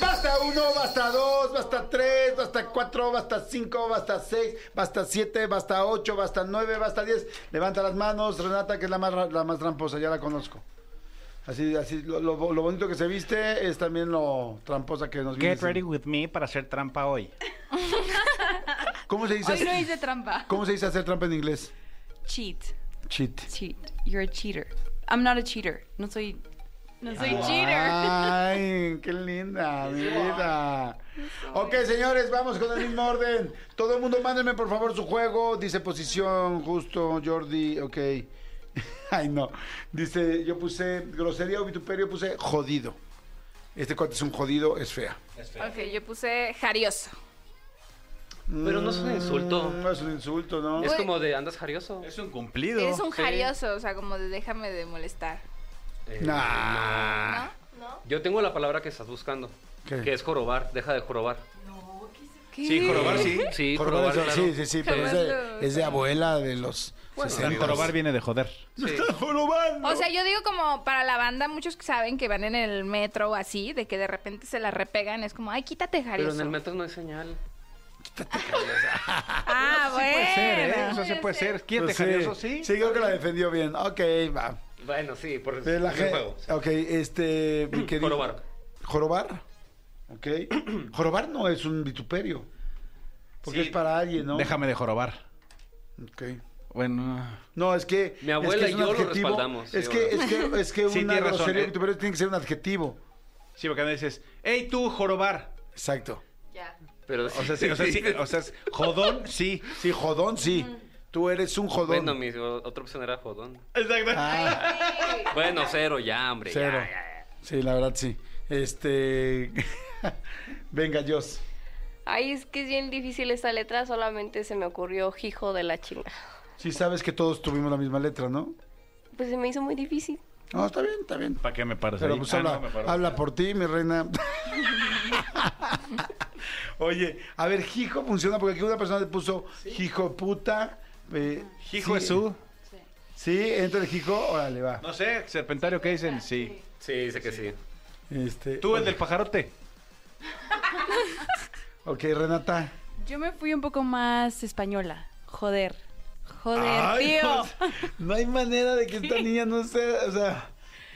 Speaker 2: Basta uno, basta dos, basta tres, basta cuatro, basta cinco, basta seis, basta siete, basta ocho, basta nueve, basta diez. Levanta las manos, Renata, que es la más, ra- la más tramposa, ya la conozco. Así, así, lo, lo- lo bonito que se viste es también lo tramposa que nos viene.
Speaker 3: Get ready with me para hacer trampa hoy.
Speaker 2: ¿Cómo se dice?
Speaker 9: Hoy no
Speaker 2: hacer-
Speaker 9: hice trampa.
Speaker 2: ¿Cómo se dice hacer trampa en inglés?
Speaker 9: Cheat.
Speaker 2: Cheat.
Speaker 9: Cheat. You're a cheater. I'm not a cheater. No soy. No soy cheater.
Speaker 2: Ay, qué linda, mi vida. Ok, señores, vamos con el mismo orden. Todo el mundo mándenme, por favor, su juego. Dice posición, justo, Jordi, ok. *laughs* Ay, no. Dice, yo puse grosería o vituperio, puse jodido. Este cuate es un jodido, es fea.
Speaker 5: Ok, yo puse jarioso.
Speaker 4: Pero no es un insulto.
Speaker 2: Mm, No es un insulto, ¿no?
Speaker 4: Es como de andas jarioso.
Speaker 3: Es un cumplido.
Speaker 5: Eres un
Speaker 4: Sí.
Speaker 5: jarioso, o sea, como de déjame de molestar.
Speaker 4: Eh,
Speaker 2: Nah.
Speaker 5: ¿No?
Speaker 4: Yo tengo la palabra que estás buscando.
Speaker 2: ¿Qué?
Speaker 4: Que es jorobar. Deja de jorobar.
Speaker 5: ¿Qué?
Speaker 3: Sí, jorobar sí.
Speaker 4: Sí,
Speaker 2: Jorobar
Speaker 4: jorobar.
Speaker 2: es-
Speaker 4: claro.
Speaker 2: Sí, sí, sí, pero es de, es de abuela de los
Speaker 3: El
Speaker 2: 60.
Speaker 3: jorobar viene de joder.
Speaker 4: Sí.
Speaker 2: Jorobando.
Speaker 5: O sea, yo digo como para la banda, muchos que saben que van en el metro o así, de que de repente se la repegan, es como, ay, quítate,
Speaker 4: Pero
Speaker 5: jarioso.
Speaker 4: en el metro no hay señal.
Speaker 9: *laughs*
Speaker 5: Ah,
Speaker 9: pues.
Speaker 5: bueno.
Speaker 3: Puede ser, ¿eh? Eso sí puede ser. ¿Quién te
Speaker 2: Pues sí,
Speaker 3: jarioso? Sí.
Speaker 2: Sí, creo que la defendió bien. Ok, va.
Speaker 4: Bueno, sí, por
Speaker 2: De la
Speaker 4: es un
Speaker 2: gen-
Speaker 4: juego.
Speaker 2: Ok, este.
Speaker 4: *clears throat*
Speaker 2: mi querido-
Speaker 4: Jorobar.
Speaker 2: Jorobar.
Speaker 4: *clears throat*
Speaker 2: Ok. Jorobar no es un vituperio. Porque
Speaker 4: Sí.
Speaker 2: es para alguien, ¿no?
Speaker 3: Déjame de jorobar.
Speaker 2: Ok.
Speaker 3: Bueno.
Speaker 2: No, es que.
Speaker 4: Mi abuela
Speaker 2: es que es
Speaker 4: y
Speaker 2: un
Speaker 4: yo lo
Speaker 2: adjetivo-
Speaker 4: respaldamos,
Speaker 2: Es
Speaker 4: *laughs* sí,
Speaker 2: que, es que, es que
Speaker 3: Sí,
Speaker 2: una
Speaker 3: tiene razón,
Speaker 2: grosería
Speaker 3: eh.
Speaker 2: vituperio tiene que ser un adjetivo.
Speaker 3: Sí, porque no dices, hey tú, jorobar.
Speaker 4: *laughs*
Speaker 2: Exacto.
Speaker 4: Pero
Speaker 3: O sea, sí, o sea, sí, o sea, es jodón, sí.
Speaker 2: Sí, jodón, sí. Tú eres un jodón.
Speaker 4: Mm. Bueno, mi otra opción era jodón.
Speaker 3: Exacto.
Speaker 2: Ah,
Speaker 4: Bueno, cero ya, hombre. ya,
Speaker 2: cero.
Speaker 4: ya.
Speaker 2: Sí, la verdad, sí. Este. *laughs* Venga, Dios.
Speaker 8: Ay, es que es bien difícil esta letra, solamente se me ocurrió hijo de la chinga.
Speaker 2: Sí, sabes que todos tuvimos la misma letra, ¿no?
Speaker 8: Pues se me hizo muy difícil.
Speaker 2: No, está bien, está bien.
Speaker 3: ¿Para qué me paras
Speaker 2: Pero
Speaker 3: ahí?
Speaker 2: pues
Speaker 3: Ah,
Speaker 2: habla,
Speaker 3: no, me paro.
Speaker 2: habla por ti, mi reina. *laughs* Oye, a ver, hijo funciona porque aquí una persona le puso hijo puta. eh,
Speaker 3: Hijo
Speaker 2: sí.
Speaker 3: es su.
Speaker 2: Sí, entra el hijo, órale, va.
Speaker 3: No sé, serpentario, ¿qué dicen? Sí.
Speaker 4: Sí, dice que sí.
Speaker 2: Este,
Speaker 3: Tú, el del pajarote.
Speaker 2: Ok, Renata. *laughs*
Speaker 9: Yo me fui un poco más española. Joder. Joder,
Speaker 2: Ay,
Speaker 9: tío.
Speaker 2: o sea, no hay manera de que esta niña no sea, o sea,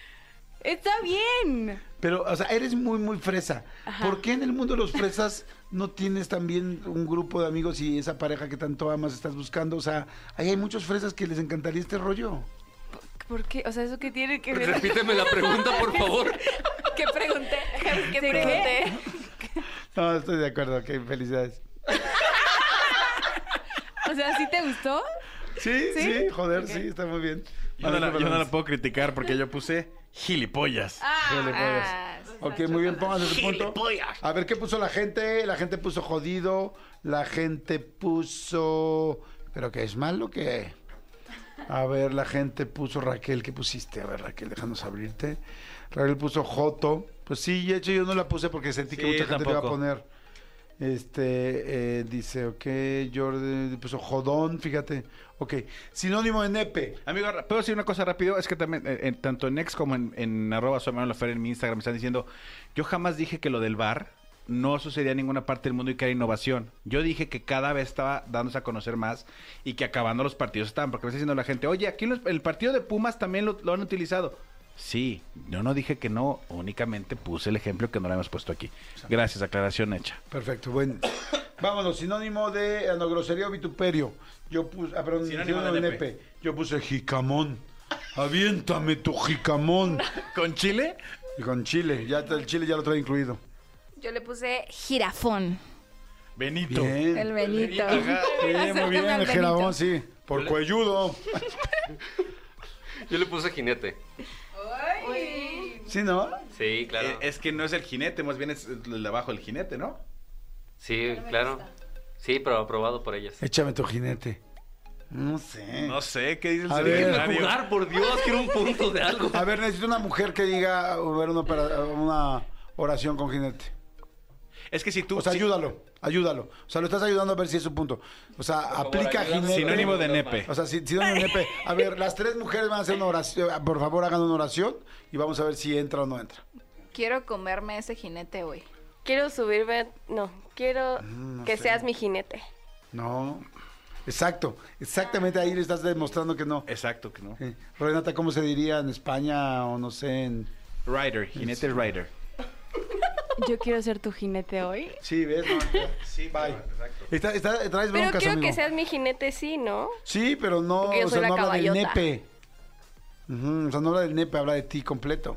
Speaker 9: *laughs* Está bien.
Speaker 2: pero, o sea, eres muy, muy fresa.
Speaker 9: Ajá.
Speaker 2: ¿Por qué en el mundo de los fresas no tienes también un grupo de amigos y esa pareja que tanto amas estás buscando? O sea, ahí hay muchos fresas que les encantaría este rollo.
Speaker 9: ¿Por, por qué? O sea, ¿eso qué tiene que ver? *laughs*
Speaker 4: Repíteme la pregunta, por favor.
Speaker 5: ¿Qué *laughs* pregunté?
Speaker 9: ¿De
Speaker 5: ¿Qué
Speaker 9: qué?
Speaker 5: pregunté?
Speaker 2: No, estoy de acuerdo, que felicidades.
Speaker 9: O sea, ¿sí te gustó?
Speaker 2: Sí, sí,
Speaker 9: ¿Sí?
Speaker 2: joder, sí, está muy bien.
Speaker 3: Yo no,
Speaker 2: Vale,
Speaker 3: la, yo
Speaker 2: perdón.
Speaker 3: no la puedo criticar porque yo puse gilipollas.
Speaker 5: Ah.
Speaker 2: Dale, pues. Ok, muy bien, pónganse su punto. A ver, ¿qué puso la gente? La gente puso jodido, la gente puso... ¿Pero qué es malo que...? A ver, la gente puso Raquel, ¿qué pusiste? A ver, Raquel, déjanos abrirte. Raquel puso Joto. Pues sí, de hecho yo no la puse porque sentí que
Speaker 3: Sí,
Speaker 2: mucha gente le iba a
Speaker 3: tampoco.
Speaker 2: poner. Este, eh, dice, ok, Jordan puso Jodón, fíjate. Ok, sinónimo de nepe.
Speaker 3: Amigo, ra- ¿puedo decir una cosa rápido? Es que también, eh, en- tanto en ex como en, en arroba soy Manuel Lafer en mi Instagram, me están diciendo, yo jamás dije que lo del bar no sucedía en ninguna parte del mundo y que era innovación. Yo dije que cada vez estaba dándose a conocer más y que acabando los partidos estaban, porque me está diciendo la gente, oye, aquí en los- el partido de Pumas también lo, lo han utilizado. Sí, yo no dije que no, únicamente puse el ejemplo que no lo hemos puesto aquí. Gracias, aclaración hecha.
Speaker 2: Perfecto, bueno. *coughs* Vámonos, sinónimo de eh, no, grosería o vituperio. Yo puse, ah, perdón,
Speaker 3: Sinónimo
Speaker 2: sinónimo,
Speaker 3: de
Speaker 2: de nepe.
Speaker 3: nepe.
Speaker 2: Yo puse jicamón. Aviéntame tu jicamón.
Speaker 3: ¿Con Chile?
Speaker 2: Y con chile, ya el chile ya lo trae incluido.
Speaker 5: Yo le puse jirafón.
Speaker 3: Benito.
Speaker 2: Bien.
Speaker 5: El Benito. *laughs*
Speaker 3: Ajá.
Speaker 2: Sí, muy bien, el jerabón, sí. Por cuelludo.
Speaker 4: Yo le puse jinete.
Speaker 2: ¿Sí, no?
Speaker 4: Sí, claro.
Speaker 3: Eh, Es que no es el jinete, más bien es el de abajo el jinete, ¿no?
Speaker 4: Sí, claro. Sí, pero aprobado por ellas.
Speaker 2: Échame tu jinete. No sé.
Speaker 3: No sé, ¿qué dice el
Speaker 2: A ver.
Speaker 3: seminario?
Speaker 4: Jugar,
Speaker 3: *laughs*
Speaker 4: por Dios, quiero un punto de algo.
Speaker 2: A ver, necesito una mujer que diga a ver, una, opera- una oración con jinete.
Speaker 3: Es que si tú...
Speaker 2: O sea,
Speaker 3: si-
Speaker 2: ayúdalo, ayúdalo. O sea, lo estás ayudando a ver si es su punto. O sea,
Speaker 4: favor,
Speaker 2: aplica
Speaker 4: ayúdame.
Speaker 2: jinete.
Speaker 3: Sinónimo de nepe.
Speaker 2: O sea, si, si no, no, nepe. A ver, las tres mujeres van a hacer una oración. Por favor, hagan una oración y vamos a ver si entra o no entra.
Speaker 5: Quiero comerme ese jinete hoy.
Speaker 8: Quiero subirme. No, quiero que seas mi jinete.
Speaker 2: Ah, No. Exacto. Exactamente ahí le estás demostrando que no.
Speaker 3: Exacto, que ¿no?
Speaker 2: Sí. Renata, ¿cómo se diría en España o no sé? En...
Speaker 3: Rider, jinete rider.
Speaker 9: Yo quiero ser tu jinete hoy.
Speaker 2: Sí, ¿ves? No,
Speaker 3: Sí,
Speaker 2: bye. Está, está- traes
Speaker 8: Pero
Speaker 2: broncas,
Speaker 8: quiero
Speaker 2: amigo.
Speaker 8: que seas mi jinete, sí, ¿no?
Speaker 2: Sí, pero no,
Speaker 8: Porque yo
Speaker 2: o
Speaker 8: soy
Speaker 2: sea,
Speaker 8: la
Speaker 2: no habla del
Speaker 8: caballota.
Speaker 2: nepe. Ujú, o sea, no habla del nepe, habla de ti completo.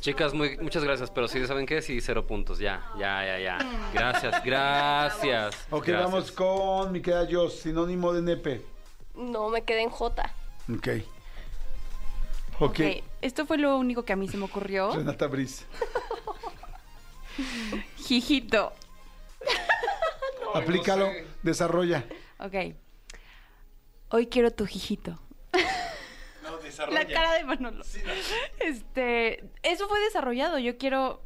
Speaker 4: Chicas, muy, muchas gracias, pero sí, ¿saben qué? Sí, cero puntos, ya, ya, ya, ya. Gracias, gracias.
Speaker 2: Ok,
Speaker 4: gracias.
Speaker 2: vamos con mi queda yo, sinónimo de nepe.
Speaker 8: No, me quedé en J.
Speaker 2: Ok. Ok.
Speaker 9: Ok, Esto fue lo único que a mí se me ocurrió.
Speaker 2: Renata Briz.
Speaker 9: Jijito.
Speaker 2: Aplícalo, desarrolla.
Speaker 9: Ok. Hoy quiero tu jijito. La cara de Manolo. Este, eso fue desarrollado. Yo quiero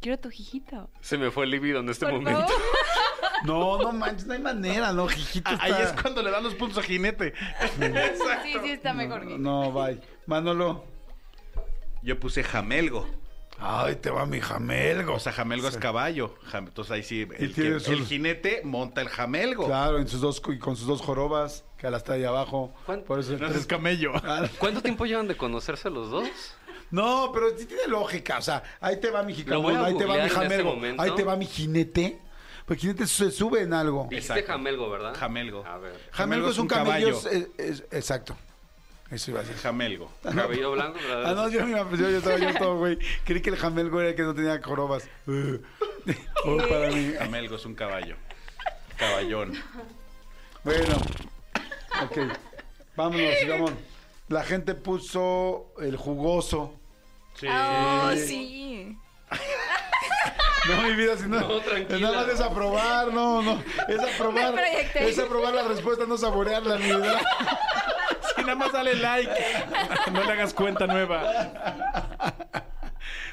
Speaker 9: quiero tu jijito.
Speaker 4: Se me fue el libido en este
Speaker 9: Por
Speaker 2: *laughs*
Speaker 4: momento.
Speaker 9: favor.
Speaker 2: No, no manches, no hay manera, no, jijito.
Speaker 3: Ah, Ahí
Speaker 2: está-
Speaker 3: es cuando le dan los puntos a jinete.
Speaker 9: Sí, sí está mejor. que-
Speaker 2: No, bye. Manolo.
Speaker 3: Yo puse jamelgo.
Speaker 2: Ay, te va mi jamelgo.
Speaker 3: O sea, jamelgo es caballo. Jam- Entonces ahí sí, el, que-
Speaker 2: tiene su-
Speaker 3: el jinete monta el jamelgo.
Speaker 2: Claro, en sus dos, y con sus dos jorobas, que la está ahí abajo.
Speaker 4: ¿Cuán-
Speaker 2: Por eso el
Speaker 3: No
Speaker 2: tres-
Speaker 3: es *laughs* camello.
Speaker 2: Ah,
Speaker 4: ¿Cuánto tiempo llevan de conocerse los dos?
Speaker 2: no, pero sí tiene lógica. O sea, ahí te va mi
Speaker 4: Lo voy
Speaker 2: jicamón,
Speaker 4: a
Speaker 2: ahí te va mi
Speaker 4: googlear en este
Speaker 2: jamelgo,
Speaker 4: momento.
Speaker 2: ahí te va mi jinete. Porque jinete se sube en algo.
Speaker 4: Dijiste
Speaker 3: Exacto.
Speaker 4: jamelgo, ¿verdad?
Speaker 3: Jamelgo.
Speaker 4: A ver.
Speaker 2: Jamelgo es un camello.
Speaker 3: caballo.
Speaker 2: es- es- exacto. Eso iba a ser.
Speaker 3: Jamelgo.
Speaker 4: Cabello blanco,
Speaker 2: Ah, no,
Speaker 4: ¿verdad?
Speaker 2: yo, me iba a- yo, yo estaba yo todo, güey. Creí que el jamelgo era el que no tenía jorobas. Uh. Oh, para mí.
Speaker 3: Jamelgo es un caballo. Caballón.
Speaker 2: Bueno. Ok. Vámonos, Ramón. La gente puso el jugoso.
Speaker 3: Sí.
Speaker 5: Oh, sí.
Speaker 2: No, mi vida, si no.
Speaker 4: No, tranquila.
Speaker 2: es Nada más desaprobar, no, no. Es aprobar.
Speaker 5: Me proyecté.
Speaker 2: Es aprobar la respuesta, no saborearla, mi vida.
Speaker 3: Sí, nada más dale like. No le hagas cuenta nueva.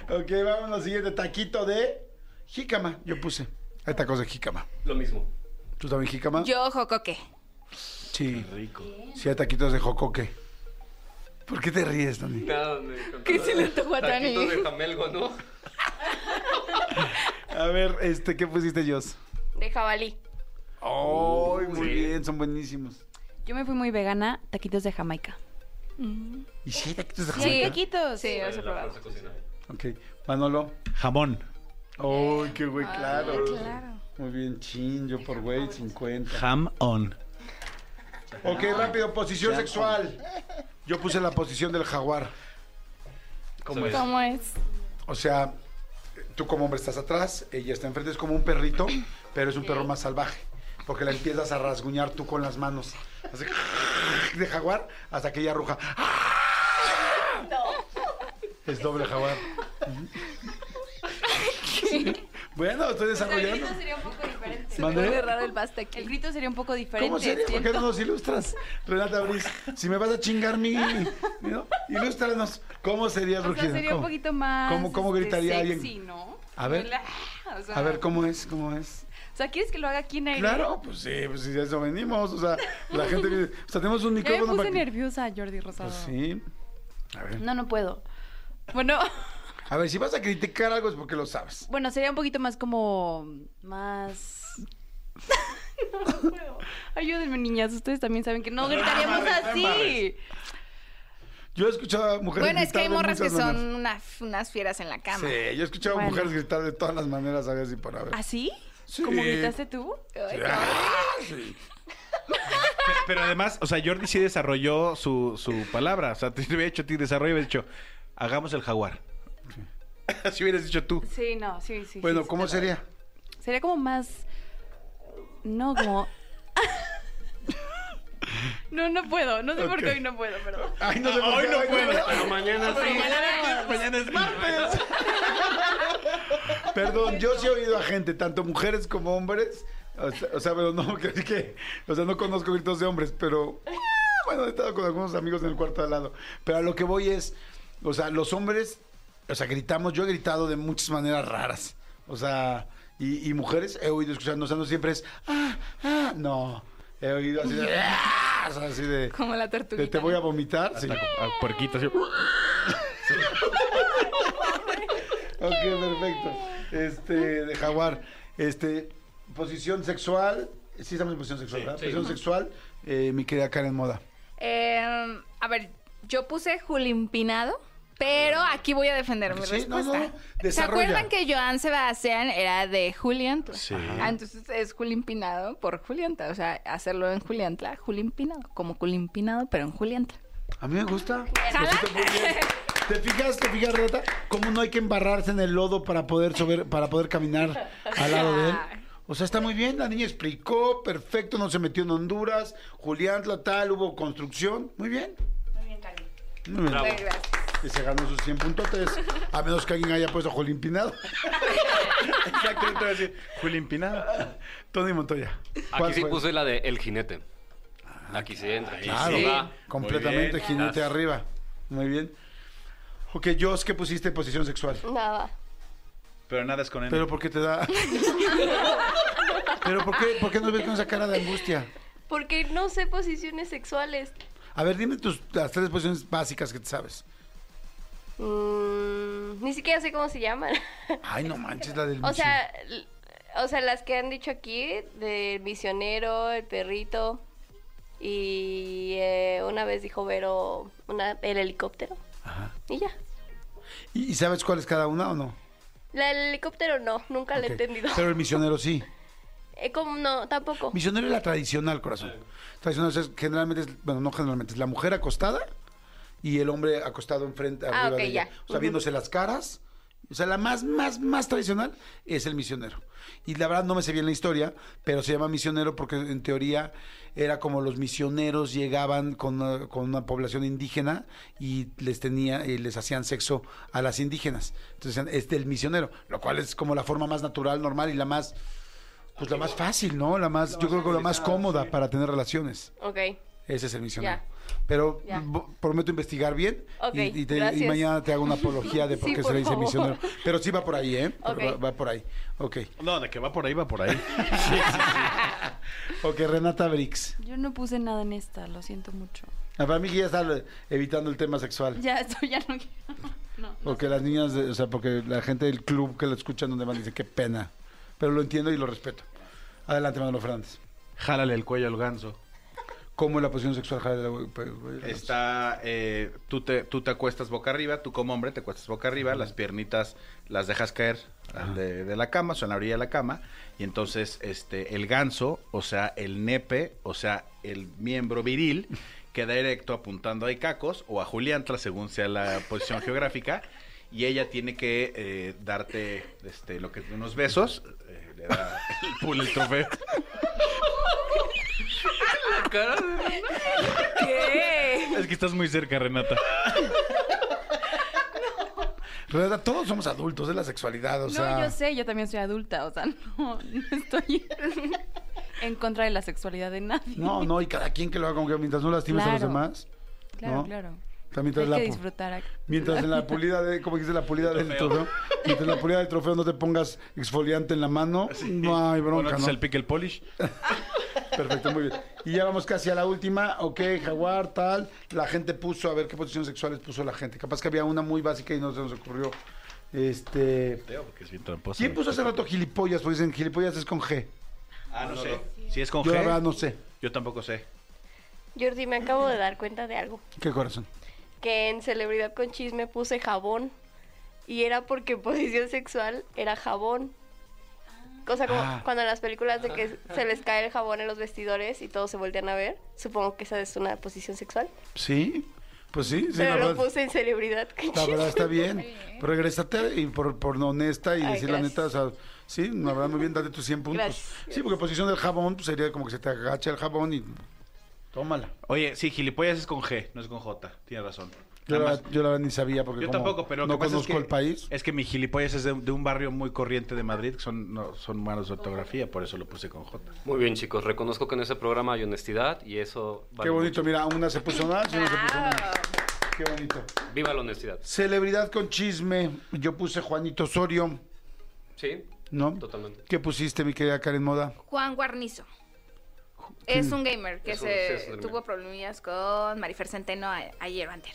Speaker 2: Ok, vámonos al siguiente. Taquito de jícama. Yo puse. Hay tacos de jícama.
Speaker 4: Lo mismo.
Speaker 2: ¿Tú también jícama?
Speaker 5: Yo, jocoque.
Speaker 2: Sí. Rico. Sí, hay taquitos de jocoque. ¿Por qué te ríes, Tony?
Speaker 4: ¿Qué
Speaker 5: se le antojó a Tani?
Speaker 4: de jamelgo, ¿no?
Speaker 2: A ver, este, ¿qué pusiste, Jos?
Speaker 8: De jabalí.
Speaker 2: ¡Ay, muy
Speaker 4: sí.
Speaker 2: bien! Son buenísimos.
Speaker 9: Yo me fui muy vegana, taquitos de Jamaica.
Speaker 2: ¿Y si hay taquitos de
Speaker 9: Sí, hay
Speaker 2: Jamaica?
Speaker 9: taquitos.
Speaker 5: Sí, vas a probar.
Speaker 2: Ok, Manolo.
Speaker 3: Jamón.
Speaker 2: Uy, qué güey, claro.
Speaker 5: claro.
Speaker 2: Muy bien, chin, yo por güey, 50.
Speaker 3: Ham on.
Speaker 2: Ok, rápido, posición sexual. Yo puse la posición del jaguar.
Speaker 4: ¿Cómo es?
Speaker 5: ¿Cómo es?
Speaker 2: O sea, tú como hombre estás atrás, ella está enfrente, es como un perrito, pero es un perro más salvaje. Porque la empiezas a rasguñar tú con las manos. Así *laughs* de jaguar hasta que ella arruja. Es doble jaguar. Bueno, estoy desarrollando.
Speaker 9: sería un poco diferente.
Speaker 5: Se
Speaker 2: ¿Mandé?
Speaker 5: me pone raro el basta aquí.
Speaker 9: El grito sería un poco diferente.
Speaker 2: ¿Cómo sería? ¿Por qué no
Speaker 9: siento.
Speaker 2: nos ilustras? Renata Briz, si me vas a chingar mi... ¿no? Ilústranos. ¿Cómo sería el
Speaker 9: O sea,
Speaker 2: rugido?
Speaker 9: sería
Speaker 2: ¿Cómo?
Speaker 9: un poquito más.
Speaker 2: ¿Cómo, cómo
Speaker 9: este,
Speaker 2: gritaría
Speaker 9: sexy,
Speaker 2: alguien?
Speaker 9: ¿no?
Speaker 2: A ver.
Speaker 9: O sea,
Speaker 2: A ver, ¿cómo es? ¿Cómo es?
Speaker 9: O sea, ¿quieres que lo haga aquí en aire?
Speaker 2: Claro, pues sí, pues sí, de eso venimos. O sea, la gente viene. O sea, tenemos un
Speaker 9: Ya me
Speaker 2: micrófono
Speaker 9: puse
Speaker 2: para. que-
Speaker 9: nerviosa, Jordi Rosado.
Speaker 2: Pues sí. A ver.
Speaker 9: No, no puedo. Bueno,
Speaker 2: A ver, si vas a criticar algo es porque lo sabes.
Speaker 9: bueno, sería un poquito más como. Más. no puedo. Ayúdenme, niñas. Ustedes también saben que no gritaríamos
Speaker 2: mames, no
Speaker 9: así.
Speaker 2: Yo he escuchado a mujeres
Speaker 5: Bueno, es que hay
Speaker 2: gritar de
Speaker 5: morras que
Speaker 2: muchas
Speaker 5: son
Speaker 2: maneras.
Speaker 5: unas, unas fieras en la cama.
Speaker 2: Sí, yo he escuchado a
Speaker 9: Bueno.
Speaker 2: mujeres gritar de todas las maneras, a ver si por haber.
Speaker 9: ¿Así?
Speaker 2: Sí.
Speaker 9: ¿Cómo gritaste tú?
Speaker 5: Ay,
Speaker 2: Ah, sí.
Speaker 3: Pe- Pero además, o sea, Jordi sí desarrolló su, su palabra. O sea, te hubiera hecho, te desarrollo, hubiera dicho, hagamos el jaguar. *laughs* Así hubieras dicho tú.
Speaker 9: Sí, no, sí, sí.
Speaker 2: Bueno,
Speaker 9: sí,
Speaker 2: ¿cómo
Speaker 9: sí, te
Speaker 2: sería?
Speaker 9: doy. Sería como más. No, como. no, no puedo. No sé por qué
Speaker 2: Ok.
Speaker 9: hoy no puedo, perdón.
Speaker 2: Ay, no sé por
Speaker 3: Hoy
Speaker 2: qué,
Speaker 3: no
Speaker 2: ay,
Speaker 3: puedo.
Speaker 4: Pero mañana
Speaker 3: Mañana es martes.
Speaker 2: Perdón, yo sí he oído a gente, tanto mujeres como hombres. O sea, o sea, pero no, *laughs* que, que- o sea, no conozco gritos de hombres, pero eh, bueno, he estado con algunos amigos en el cuarto de al lado. Pero a lo que voy es, o sea, los hombres, o sea, gritamos, yo he gritado de muchas maneras raras. O sea, y, y mujeres he oído escuchando, o sea, no siempre es, ah, ah, no, he oído así de, "Ah", o sea, así de,
Speaker 5: Como la
Speaker 2: de,
Speaker 5: tortuguita.
Speaker 2: te voy a vomitar. Sí.
Speaker 3: A puerquito, así.
Speaker 2: Ok, perfecto. Este, de jaguar. Este, posición sexual. Sí, estamos en posición sexual, ¿verdad? Posición sexual, eh, mi querida Karen Moda.
Speaker 5: Eh, a ver, yo puse Julimpinado, pero aquí voy a defender mi
Speaker 2: Sí, no,
Speaker 5: respuesta.
Speaker 2: no,
Speaker 5: ¿Se
Speaker 2: desarrolla.
Speaker 5: acuerdan que Joan Sebastián era de Juliantla?
Speaker 3: Sí.
Speaker 5: Ah, entonces es Julimpinado por Juliantla. O sea, hacerlo en Juliantla, Julimpinado. Como Julimpinado, pero en Juliantla.
Speaker 2: A mí me gusta.
Speaker 5: ¿Jala?
Speaker 2: Cosita muy bien. ¿Te fijas, te fijas, Rota? Cómo no hay que embarrarse en el lodo para poder, sober- para poder caminar al lado de él. O sea, está muy bien, la niña explicó, perfecto, no se metió en Honduras, Julián, tal, hubo construcción, muy bien. Muy bien, Karen. Muy bien.
Speaker 5: Ay, gracias.
Speaker 2: Y se ganó sus 100 puntotes. A menos que alguien haya puesto a Jolín *laughs* Pinado.
Speaker 3: Exacto, te iba a decir, Julián Pinado.
Speaker 2: Tony Montoya.
Speaker 4: Aquí
Speaker 2: ¿Cuál
Speaker 4: sí
Speaker 2: fue? Ah,
Speaker 4: puse la de El Jinete. Aquí sí entra.
Speaker 2: Claro,
Speaker 4: Sí.
Speaker 2: va, completamente
Speaker 3: Muy bien.
Speaker 2: jinete arriba. Muy bien. Ok, Joss, ¿qué pusiste en posición sexual?
Speaker 8: Nada.
Speaker 3: Pero nada es con él.
Speaker 2: Pero ¿por qué te da...? ¿Pero por qué, por qué nos ves con esa cara de angustia?
Speaker 8: Porque no sé posiciones sexuales.
Speaker 2: A ver, dime tus, las tres posiciones básicas que te sabes.
Speaker 8: Mm, ni siquiera sé cómo se llaman. *laughs*
Speaker 2: Ay, no manches, la del...
Speaker 8: o
Speaker 2: misil.
Speaker 8: sea, l- o sea, las que han dicho aquí del misionero, el perrito y eh, una vez dijo Vero una, el helicóptero. Y ya.
Speaker 2: ¿Y, y sabes cuál es cada una o no?
Speaker 8: La del helicóptero no, nunca la he
Speaker 2: Ok.
Speaker 8: entendido.
Speaker 2: Pero el misionero sí.
Speaker 8: Eh, ¿cómo? no, tampoco.
Speaker 2: Misionero es la tradicional, corazón. Tradicional o sea, es- generalmente es, bueno, no generalmente, es la mujer acostada y el hombre acostado enfrente, arriba
Speaker 8: Ah, ok,
Speaker 2: de ella.
Speaker 8: ya.
Speaker 2: O sea, viéndose las caras. O sea, la más, más, más tradicional es el misionero. Y la verdad no me sé bien la historia, pero se llama misionero porque en teoría era como los misioneros llegaban con una, con una población indígena y les tenía, y les hacían sexo a las indígenas. Entonces decían, es del misionero, lo cual es como la forma más natural, normal y la más pues la más fácil, ¿no? La más, yo creo que la más cómoda para tener relaciones.
Speaker 8: Ok.
Speaker 2: Ese es el misionero.
Speaker 8: Ya.
Speaker 2: Pero
Speaker 8: Ya.
Speaker 2: bo- prometo investigar bien
Speaker 8: Ok,
Speaker 2: y- y, te- y
Speaker 8: gracias.
Speaker 2: mañana te hago una apología
Speaker 8: *laughs*
Speaker 2: de por
Speaker 8: Sí,
Speaker 2: qué se
Speaker 8: por
Speaker 2: le dice
Speaker 8: favor.
Speaker 2: misionero. Pero sí va por ahí, ¿eh? Por-
Speaker 8: Ok.
Speaker 2: Va, va por ahí. Ok.
Speaker 3: No, de que va por ahí, va *laughs* por ahí.
Speaker 2: Ok, Renata Brix.
Speaker 9: Yo no puse nada en esta, lo siento mucho.
Speaker 2: Ah, Para mí que ya está eh, evitando el tema sexual.
Speaker 9: Ya, esto ya no quiero.
Speaker 2: Porque las niñas, de- o sea, porque la gente del club que lo escuchan donde van dice, qué pena. Pero lo entiendo y lo respeto. Adelante, Manolo Fernández.
Speaker 3: Jálale el cuello al ganso.
Speaker 2: ¿Cómo es la posición sexual Jared Leto? Pues, güey,
Speaker 3: Está, eh, tú, te, tú te acuestas boca arriba, tú como hombre te acuestas boca arriba, las piernitas las dejas caer al de, de la cama, o sea, en la orilla de la cama, y entonces este, el ganso, o sea, el nepe, o sea, el miembro *laughs* viril, queda erecto apuntando a Icacos o a Juliantla, según sea la posición geográfica, y ella tiene que eh, darte este, lo que, unos besos, eh, le da el pool, el trofeo.
Speaker 4: La cara de-
Speaker 9: ¿Qué?
Speaker 3: Es que estás muy cerca, Renata.
Speaker 2: Renata, todos somos adultos, es la sexualidad, o sea.
Speaker 9: No, yo sé, yo también soy adulta, o sea, no, no estoy en contra de la sexualidad de nadie.
Speaker 2: No, no, y cada quien que lo haga, como que mientras no lastimes a los
Speaker 9: Claro.
Speaker 2: demás.
Speaker 9: Claro,
Speaker 2: ¿no?
Speaker 9: claro.
Speaker 2: O sea, mientras
Speaker 9: Hay
Speaker 2: la
Speaker 9: que
Speaker 2: pu-
Speaker 9: disfrutar. ac-
Speaker 2: Mientras en la pulida de, ¿cómo dices? La pulida del trofeo. Mientras en la pulida del trofeo no te pongas exfoliante en la mano, no hay bronca,
Speaker 3: Es
Speaker 2: ¿no?
Speaker 3: el pickle polish.
Speaker 2: Perfecto, muy bien. Y ya vamos casi a la última. Ok, jaguar, tal. La gente puso, a ver qué posiciones sexuales puso la gente. Capaz que había una muy básica y no se nos ocurrió. Este.
Speaker 3: Teo, porque es bien tramposo.
Speaker 2: ¿Quién puso hace rato gilipollas? Pues dicen gilipollas es con G.
Speaker 3: pues, Ah, no sé. Si es con
Speaker 2: Yo la
Speaker 3: G,
Speaker 2: verdad no sé.
Speaker 3: yo tampoco sé.
Speaker 8: Jordi, me acabo de dar cuenta de algo.
Speaker 2: ¿Qué corazón?
Speaker 8: Que en Celebridad con Chisme puse jabón. Y era porque *laughs* posición sexual era jabón. Cosa como
Speaker 2: Ah.
Speaker 8: cuando en las películas de que se les cae el jabón en los vestidores y todos se voltean a ver. Supongo que esa es una posición sexual.
Speaker 2: ¿Sí? Pues sí, sí, la
Speaker 8: Pero lo
Speaker 2: verdad.
Speaker 8: puse en celebridad con
Speaker 2: La verdad
Speaker 8: Chisme. *laughs*
Speaker 2: está bien. Regrésate y por, por no honesta y
Speaker 8: Ay,
Speaker 2: decir la neta, o
Speaker 8: gracias.
Speaker 2: sea, sí, la verdad muy bien, date tus 100 puntos.
Speaker 8: Gracias.
Speaker 2: Sí, porque posición del jabón pues, sería como que se te agacha el jabón y tómala.
Speaker 3: Oye, sí, gilipollas es con G, no es con J. Tienes razón.
Speaker 2: Yo
Speaker 3: Nada
Speaker 2: la,
Speaker 3: más-
Speaker 2: yo la verdad ni sabía porque
Speaker 3: yo
Speaker 2: como
Speaker 3: tampoco, pero lo
Speaker 2: no
Speaker 3: que pasa es
Speaker 2: conozco
Speaker 3: que-
Speaker 2: el país.
Speaker 3: Es que mi gilipollas es de, de un barrio muy corriente de Madrid, que son, no, son malos de ortografía, por eso lo puse con J.
Speaker 4: Muy bien, chicos. Reconozco que en ese programa hay honestidad y eso. vale
Speaker 2: Qué bonito, mira, una se puso nada, una se puso nada.
Speaker 3: Ah.
Speaker 2: Qué bonito.
Speaker 4: mucho. Viva la honestidad.
Speaker 2: Celebridad con chisme. Yo puse Juanito Osorio,
Speaker 4: Sí,
Speaker 2: ¿no?
Speaker 4: totalmente.
Speaker 2: ¿Qué pusiste, mi querida Karen Moda? *laughs*
Speaker 5: Juan Guarnizo. Es un gamer que
Speaker 4: Es un- sí, es
Speaker 5: se
Speaker 4: un gamer.
Speaker 5: tuvo problemas con Marifer Centeno a- ayer o antes.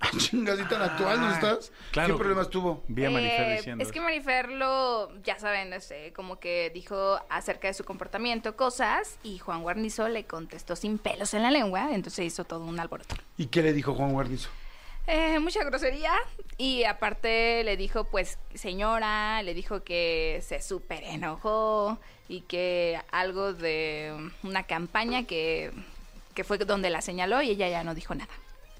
Speaker 2: Ah, Chingas, y tan actual no estás.
Speaker 3: Ah, claro.
Speaker 2: ¿Qué problemas tuvo?
Speaker 3: Vi a Marifer
Speaker 8: Eh,
Speaker 3: diciendo.
Speaker 5: Eh, Es que Marifer lo, ya saben, este, como que dijo acerca de su comportamiento cosas y Juan Guarnizo le contestó sin pelos en la lengua, entonces hizo todo un alboroto.
Speaker 2: ¿Y qué le dijo Juan Guarnizo?
Speaker 5: Eh, mucha grosería y aparte le dijo pues señora, le dijo que se súper enojó y que algo de una campaña que, que fue donde la señaló y ella ya no dijo nada.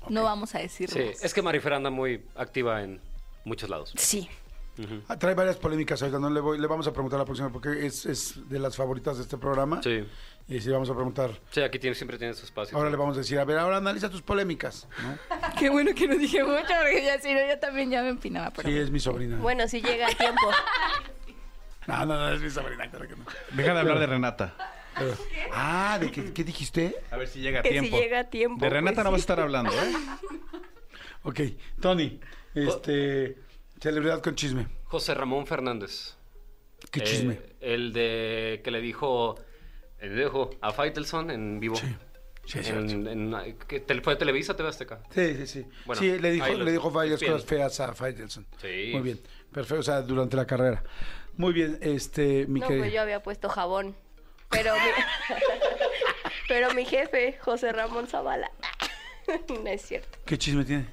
Speaker 5: No vamos a decir
Speaker 4: Sí,
Speaker 5: más.
Speaker 4: es que Marifer anda muy activa en muchos lados.
Speaker 5: Sí. *laughs*
Speaker 2: Ah, trae varias polémicas ahorita, no le voy, le vamos a preguntar la próxima porque es, es de las favoritas de este programa.
Speaker 4: Sí,
Speaker 2: Y sí vamos a preguntar.
Speaker 4: sí aquí tiene, siempre tiene su espacio.
Speaker 2: Ahora le vamos a decir, a ver, ahora analiza tus polémicas. ¿no?
Speaker 5: Qué bueno que no dije mucho porque ya si no yo también ya me empinaba por
Speaker 2: Sí, es mi sobrina.
Speaker 8: Bueno, si llega a tiempo.
Speaker 2: No, no, no, es mi sobrina, claro que no.
Speaker 3: Deja de hablar de Renata.
Speaker 2: Pero- ah, ¿de qué, qué dijiste?
Speaker 3: A ver si llega a
Speaker 8: Que si
Speaker 3: tiempo.
Speaker 8: llega a tiempo,
Speaker 3: De Renata
Speaker 8: pues
Speaker 3: no vas a
Speaker 8: sí.
Speaker 3: estar hablando, ¿eh?
Speaker 2: Ok, Tony, este, celebridad con chisme.
Speaker 4: José Ramón Fernández.
Speaker 2: ¿Qué
Speaker 4: Eh,
Speaker 2: chisme?
Speaker 4: el de que le dijo, le dijo a Faitelson en vivo.
Speaker 2: Sí, sí, es cierto.
Speaker 4: En- en- que te- ¿Fue Televisa o TV Azteca?
Speaker 2: Sí, sí, sí.
Speaker 4: Bueno,
Speaker 2: sí, le dijo,
Speaker 4: ahí lo-
Speaker 2: le dijo varias
Speaker 4: bien.
Speaker 2: cosas feas a Faitelson.
Speaker 4: Sí.
Speaker 2: Muy bien, perfecto, o sea, durante la carrera. Muy bien, este, mi
Speaker 8: No,
Speaker 2: querida-
Speaker 8: pues yo había puesto jabón. Pero mi, *laughs* pero mi jefe, José Ramón Zavala. *laughs* no es cierto.
Speaker 2: ¿Qué chisme tiene?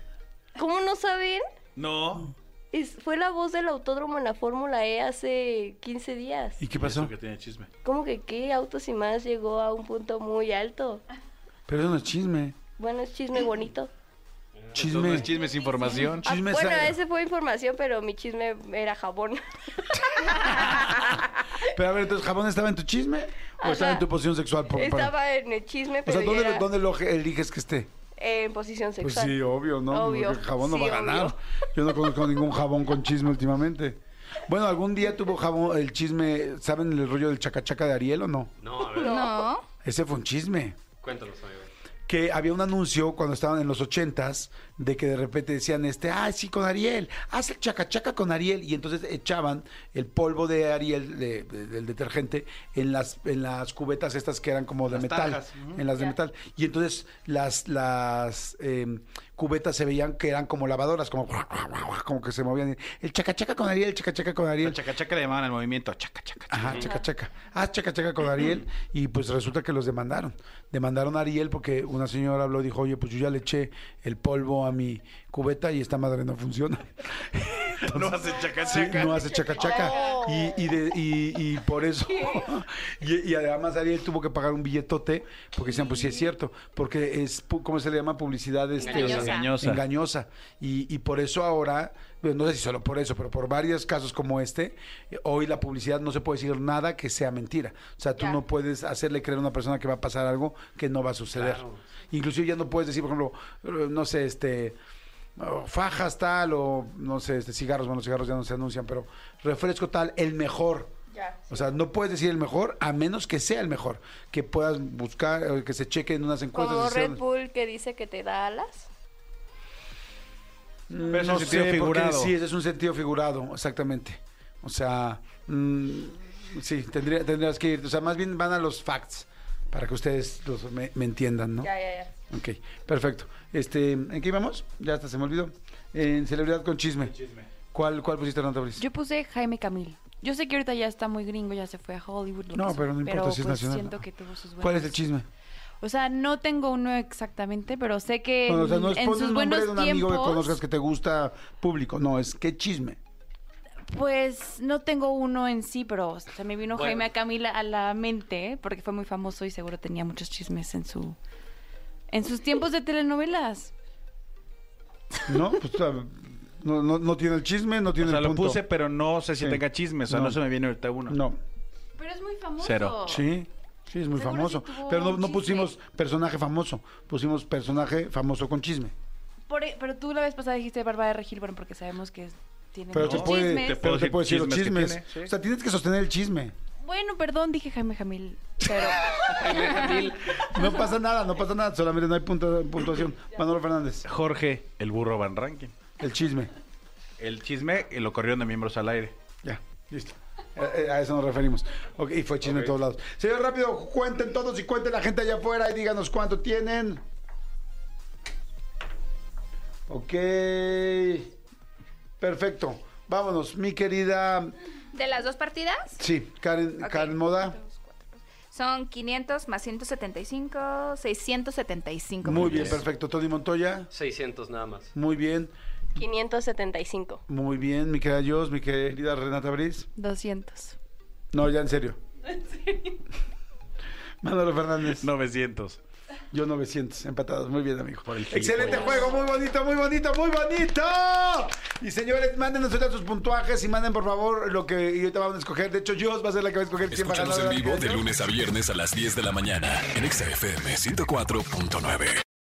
Speaker 8: ¿Cómo no saben?
Speaker 3: No.
Speaker 8: Es- fue la voz del autódromo en la Fórmula E hace 15 días.
Speaker 2: ¿Y qué pasó?
Speaker 3: Eso que tiene chisme.
Speaker 8: ¿Cómo que qué? Autos y más llegó a un punto muy alto.
Speaker 2: Pero eso no es chisme.
Speaker 8: Bueno, es
Speaker 2: *clears throat*
Speaker 8: chisme bonito.
Speaker 3: No
Speaker 2: Chisme.
Speaker 3: es chisme, es información.
Speaker 8: Ah,
Speaker 2: Chisme
Speaker 8: bueno,
Speaker 2: sa-
Speaker 8: ese fue información, pero mi chisme era jabón. *laughs*
Speaker 2: Pero a ver, entonces, ¿jabón estaba en tu chisme o estaba
Speaker 8: Ajá.
Speaker 2: en tu posición sexual? Por- para-
Speaker 8: Estaba en el chisme,
Speaker 2: O
Speaker 8: pero
Speaker 2: sea, ¿dónde,
Speaker 8: ya era
Speaker 2: dónde lo eliges que esté?
Speaker 8: en posición
Speaker 2: Pues
Speaker 8: sexual.
Speaker 2: sí, obvio, ¿no?
Speaker 8: Obvio.
Speaker 2: Porque jabón no
Speaker 8: Sí,
Speaker 2: va a ganar.
Speaker 8: obvio.
Speaker 2: Yo no conozco ningún jabón con chisme últimamente. Bueno, algún día tuvo jabón, el chisme, ¿saben el rollo del chacachaca de Ariel o no?
Speaker 4: No, a ver,
Speaker 5: No.
Speaker 2: Ese fue un chisme.
Speaker 4: cuéntanos, amigo.
Speaker 2: que había un anuncio cuando estaban en los ochentas de que de repente decían este, ah, sí, con Ariel, haz el chacachaca con Ariel. Y entonces echaban el polvo de Ariel, de- de- del detergente, en las, en las cubetas estas que eran como de
Speaker 3: Las
Speaker 2: metal.
Speaker 3: tarjas, ujú.
Speaker 2: En las de metal. Y entonces las, las eh, cubetas se veían que eran como lavadoras, como, como que se movían. El chacachaca con Ariel, chacachaca con
Speaker 3: La
Speaker 2: Ariel.
Speaker 3: chaca chaca le llamaban al movimiento chaca chaca. chaca.
Speaker 2: Ajá, checa, checa. Ah, checa, checa con Ariel. Y pues resulta que los demandaron. Demandaron a Ariel porque una señora habló y dijo, oye, pues yo ya le eché el polvo a mi cubeta y esta madre no funciona.
Speaker 3: No hace chaca
Speaker 2: Sí,
Speaker 3: chaca.
Speaker 2: no hace chaca chaca.
Speaker 5: Oh.
Speaker 2: Y, y, de- y- y por eso. *laughs* Y, y además Ariel tuvo que pagar un billetote porque decían, pues sí es cierto, porque es, pu- ¿cómo se le llama? Publicidad este,
Speaker 5: Engañosa.
Speaker 3: Engañosa.
Speaker 2: engañosa. Y, y por eso ahora, bueno, no sé si solo por eso, pero por varios casos como este, eh, hoy la publicidad no se puede decir nada que sea mentira. O sea, tú
Speaker 5: Ya.
Speaker 2: no puedes hacerle creer a una persona que va a pasar algo que no va a suceder. Inclusive ya no puedes decir, por ejemplo, eh, no sé, este o fajas tal o no sé, este, cigarros, bueno, cigarros ya no se anuncian, pero refresco tal, el mejor. O sea, no puedes decir el mejor a menos que sea el mejor, que puedas buscar, eh, que se cheque en unas encuestas.
Speaker 8: Como
Speaker 2: y sea-
Speaker 8: Red Bull que dice que te da alas.
Speaker 2: Mm,
Speaker 3: es
Speaker 2: no
Speaker 3: un sentido
Speaker 2: sé, porque
Speaker 3: figurado.
Speaker 2: Sí, ese es un sentido figurado, exactamente. O sea, mm, sí, tendría, tendrías que ir. O sea, más bien van a los facts para que ustedes los me, me entiendan, ¿no?
Speaker 8: Ya, ya, ya.
Speaker 2: Ok, perfecto. Este, ¿En qué íbamos? Ya hasta se me olvidó. En celebridad con chisme. ¿Cuál, cuál pusiste, Renata Briz?
Speaker 9: Yo puse Jaime Camil. Yo sé que ahorita ya está muy gringo, ya se fue a Hollywood. lo
Speaker 2: No,
Speaker 9: que sea,
Speaker 2: pero no importa si es
Speaker 9: pues
Speaker 2: nacional.
Speaker 9: siento que tuvo sus
Speaker 2: ¿Cuál es
Speaker 9: buenos-
Speaker 2: el chisme?
Speaker 9: O sea, no tengo uno exactamente, pero sé que
Speaker 2: Bueno, o sea, no es
Speaker 9: en
Speaker 2: pon
Speaker 9: sus
Speaker 2: el nombre
Speaker 9: buenos
Speaker 2: de un amigo
Speaker 9: tiempos,
Speaker 2: que conozcas que te gusta público. No, es qué chisme.
Speaker 9: pues no tengo uno en sí, pero se me vino
Speaker 4: Bueno.
Speaker 9: Jaime Camil a la mente porque fue muy famoso y seguro tenía muchos chismes en su en sus tiempos de telenovelas.
Speaker 2: ¿No? Pues, ah, no, no, no tiene el chisme, no
Speaker 3: O
Speaker 2: tiene
Speaker 3: sea,
Speaker 2: el
Speaker 3: lo
Speaker 2: punto.
Speaker 3: puse, pero no sé si
Speaker 2: Sí.
Speaker 3: tenga chisme. O sea, no.
Speaker 2: No.
Speaker 3: se me viene ahorita uno.
Speaker 2: No.
Speaker 9: Pero es muy famoso.
Speaker 3: Cero.
Speaker 2: Sí, sí, es muy
Speaker 9: Seguro
Speaker 2: famoso.
Speaker 9: sí tuvo
Speaker 2: Pero no,
Speaker 9: un
Speaker 2: no
Speaker 9: chisme.
Speaker 2: pusimos personaje famoso, pusimos personaje famoso con chisme.
Speaker 9: Por e- pero tú la vez pasada dijiste Bárbara de Regil, bueno, porque sabemos que es- tiene
Speaker 2: Pero te
Speaker 9: muchos
Speaker 2: puede,
Speaker 9: chismes.
Speaker 2: te puedo decir, los
Speaker 3: chismes
Speaker 2: chismes.
Speaker 3: que tiene, sí.
Speaker 2: O sea, tienes que sostener el chisme.
Speaker 9: Bueno, perdón, dije Jaime Camil, pero *laughs*
Speaker 2: No pasa nada, no pasa nada, solamente no hay punto- puntuación. Manolo Fernández,
Speaker 3: Jorge, el burro Van Ranking.
Speaker 2: el chisme.
Speaker 3: El chisme eh, lo corrieron de miembros al aire.
Speaker 2: Ya, listo. Eh, eh, A eso nos referimos. Ok, y fue chisme de todos lados. Señor, rápido, cuenten todos y cuenten la gente allá afuera y díganos cuánto tienen. Ok. Perfecto. Vámonos, mi querida.
Speaker 5: De las dos partidas
Speaker 2: Sí, Karen,
Speaker 5: Ok.
Speaker 2: Karen Moda.
Speaker 5: son 500 más 175, 675.
Speaker 2: Muy bien, perfecto. Tony Montoya.
Speaker 4: 600 nada más.
Speaker 2: Muy bien,
Speaker 8: 575.
Speaker 2: muy bien. Mi querida Dios, mi querida Renata Briz.
Speaker 9: 200.
Speaker 2: No, ya *laughs* en serio. Manolo Fernández.
Speaker 3: 900.
Speaker 2: Yo 900, empatados. Muy bien, amigo.
Speaker 3: Por el
Speaker 2: Excelente
Speaker 3: gilipollas.
Speaker 2: juego, muy bonito, muy bonito, muy bonito. Y señores, mándenos ahorita sus puntuajes y manden por favor lo que y ahorita van a escoger. De hecho, Dios va a ser la que va a escoger quién va a
Speaker 1: Escúchanos
Speaker 2: ganar.
Speaker 1: en
Speaker 2: ¿verdad,
Speaker 1: vivo de
Speaker 2: Dios?
Speaker 1: lunes a viernes a las 10 de la mañana en Exa FM 104.9.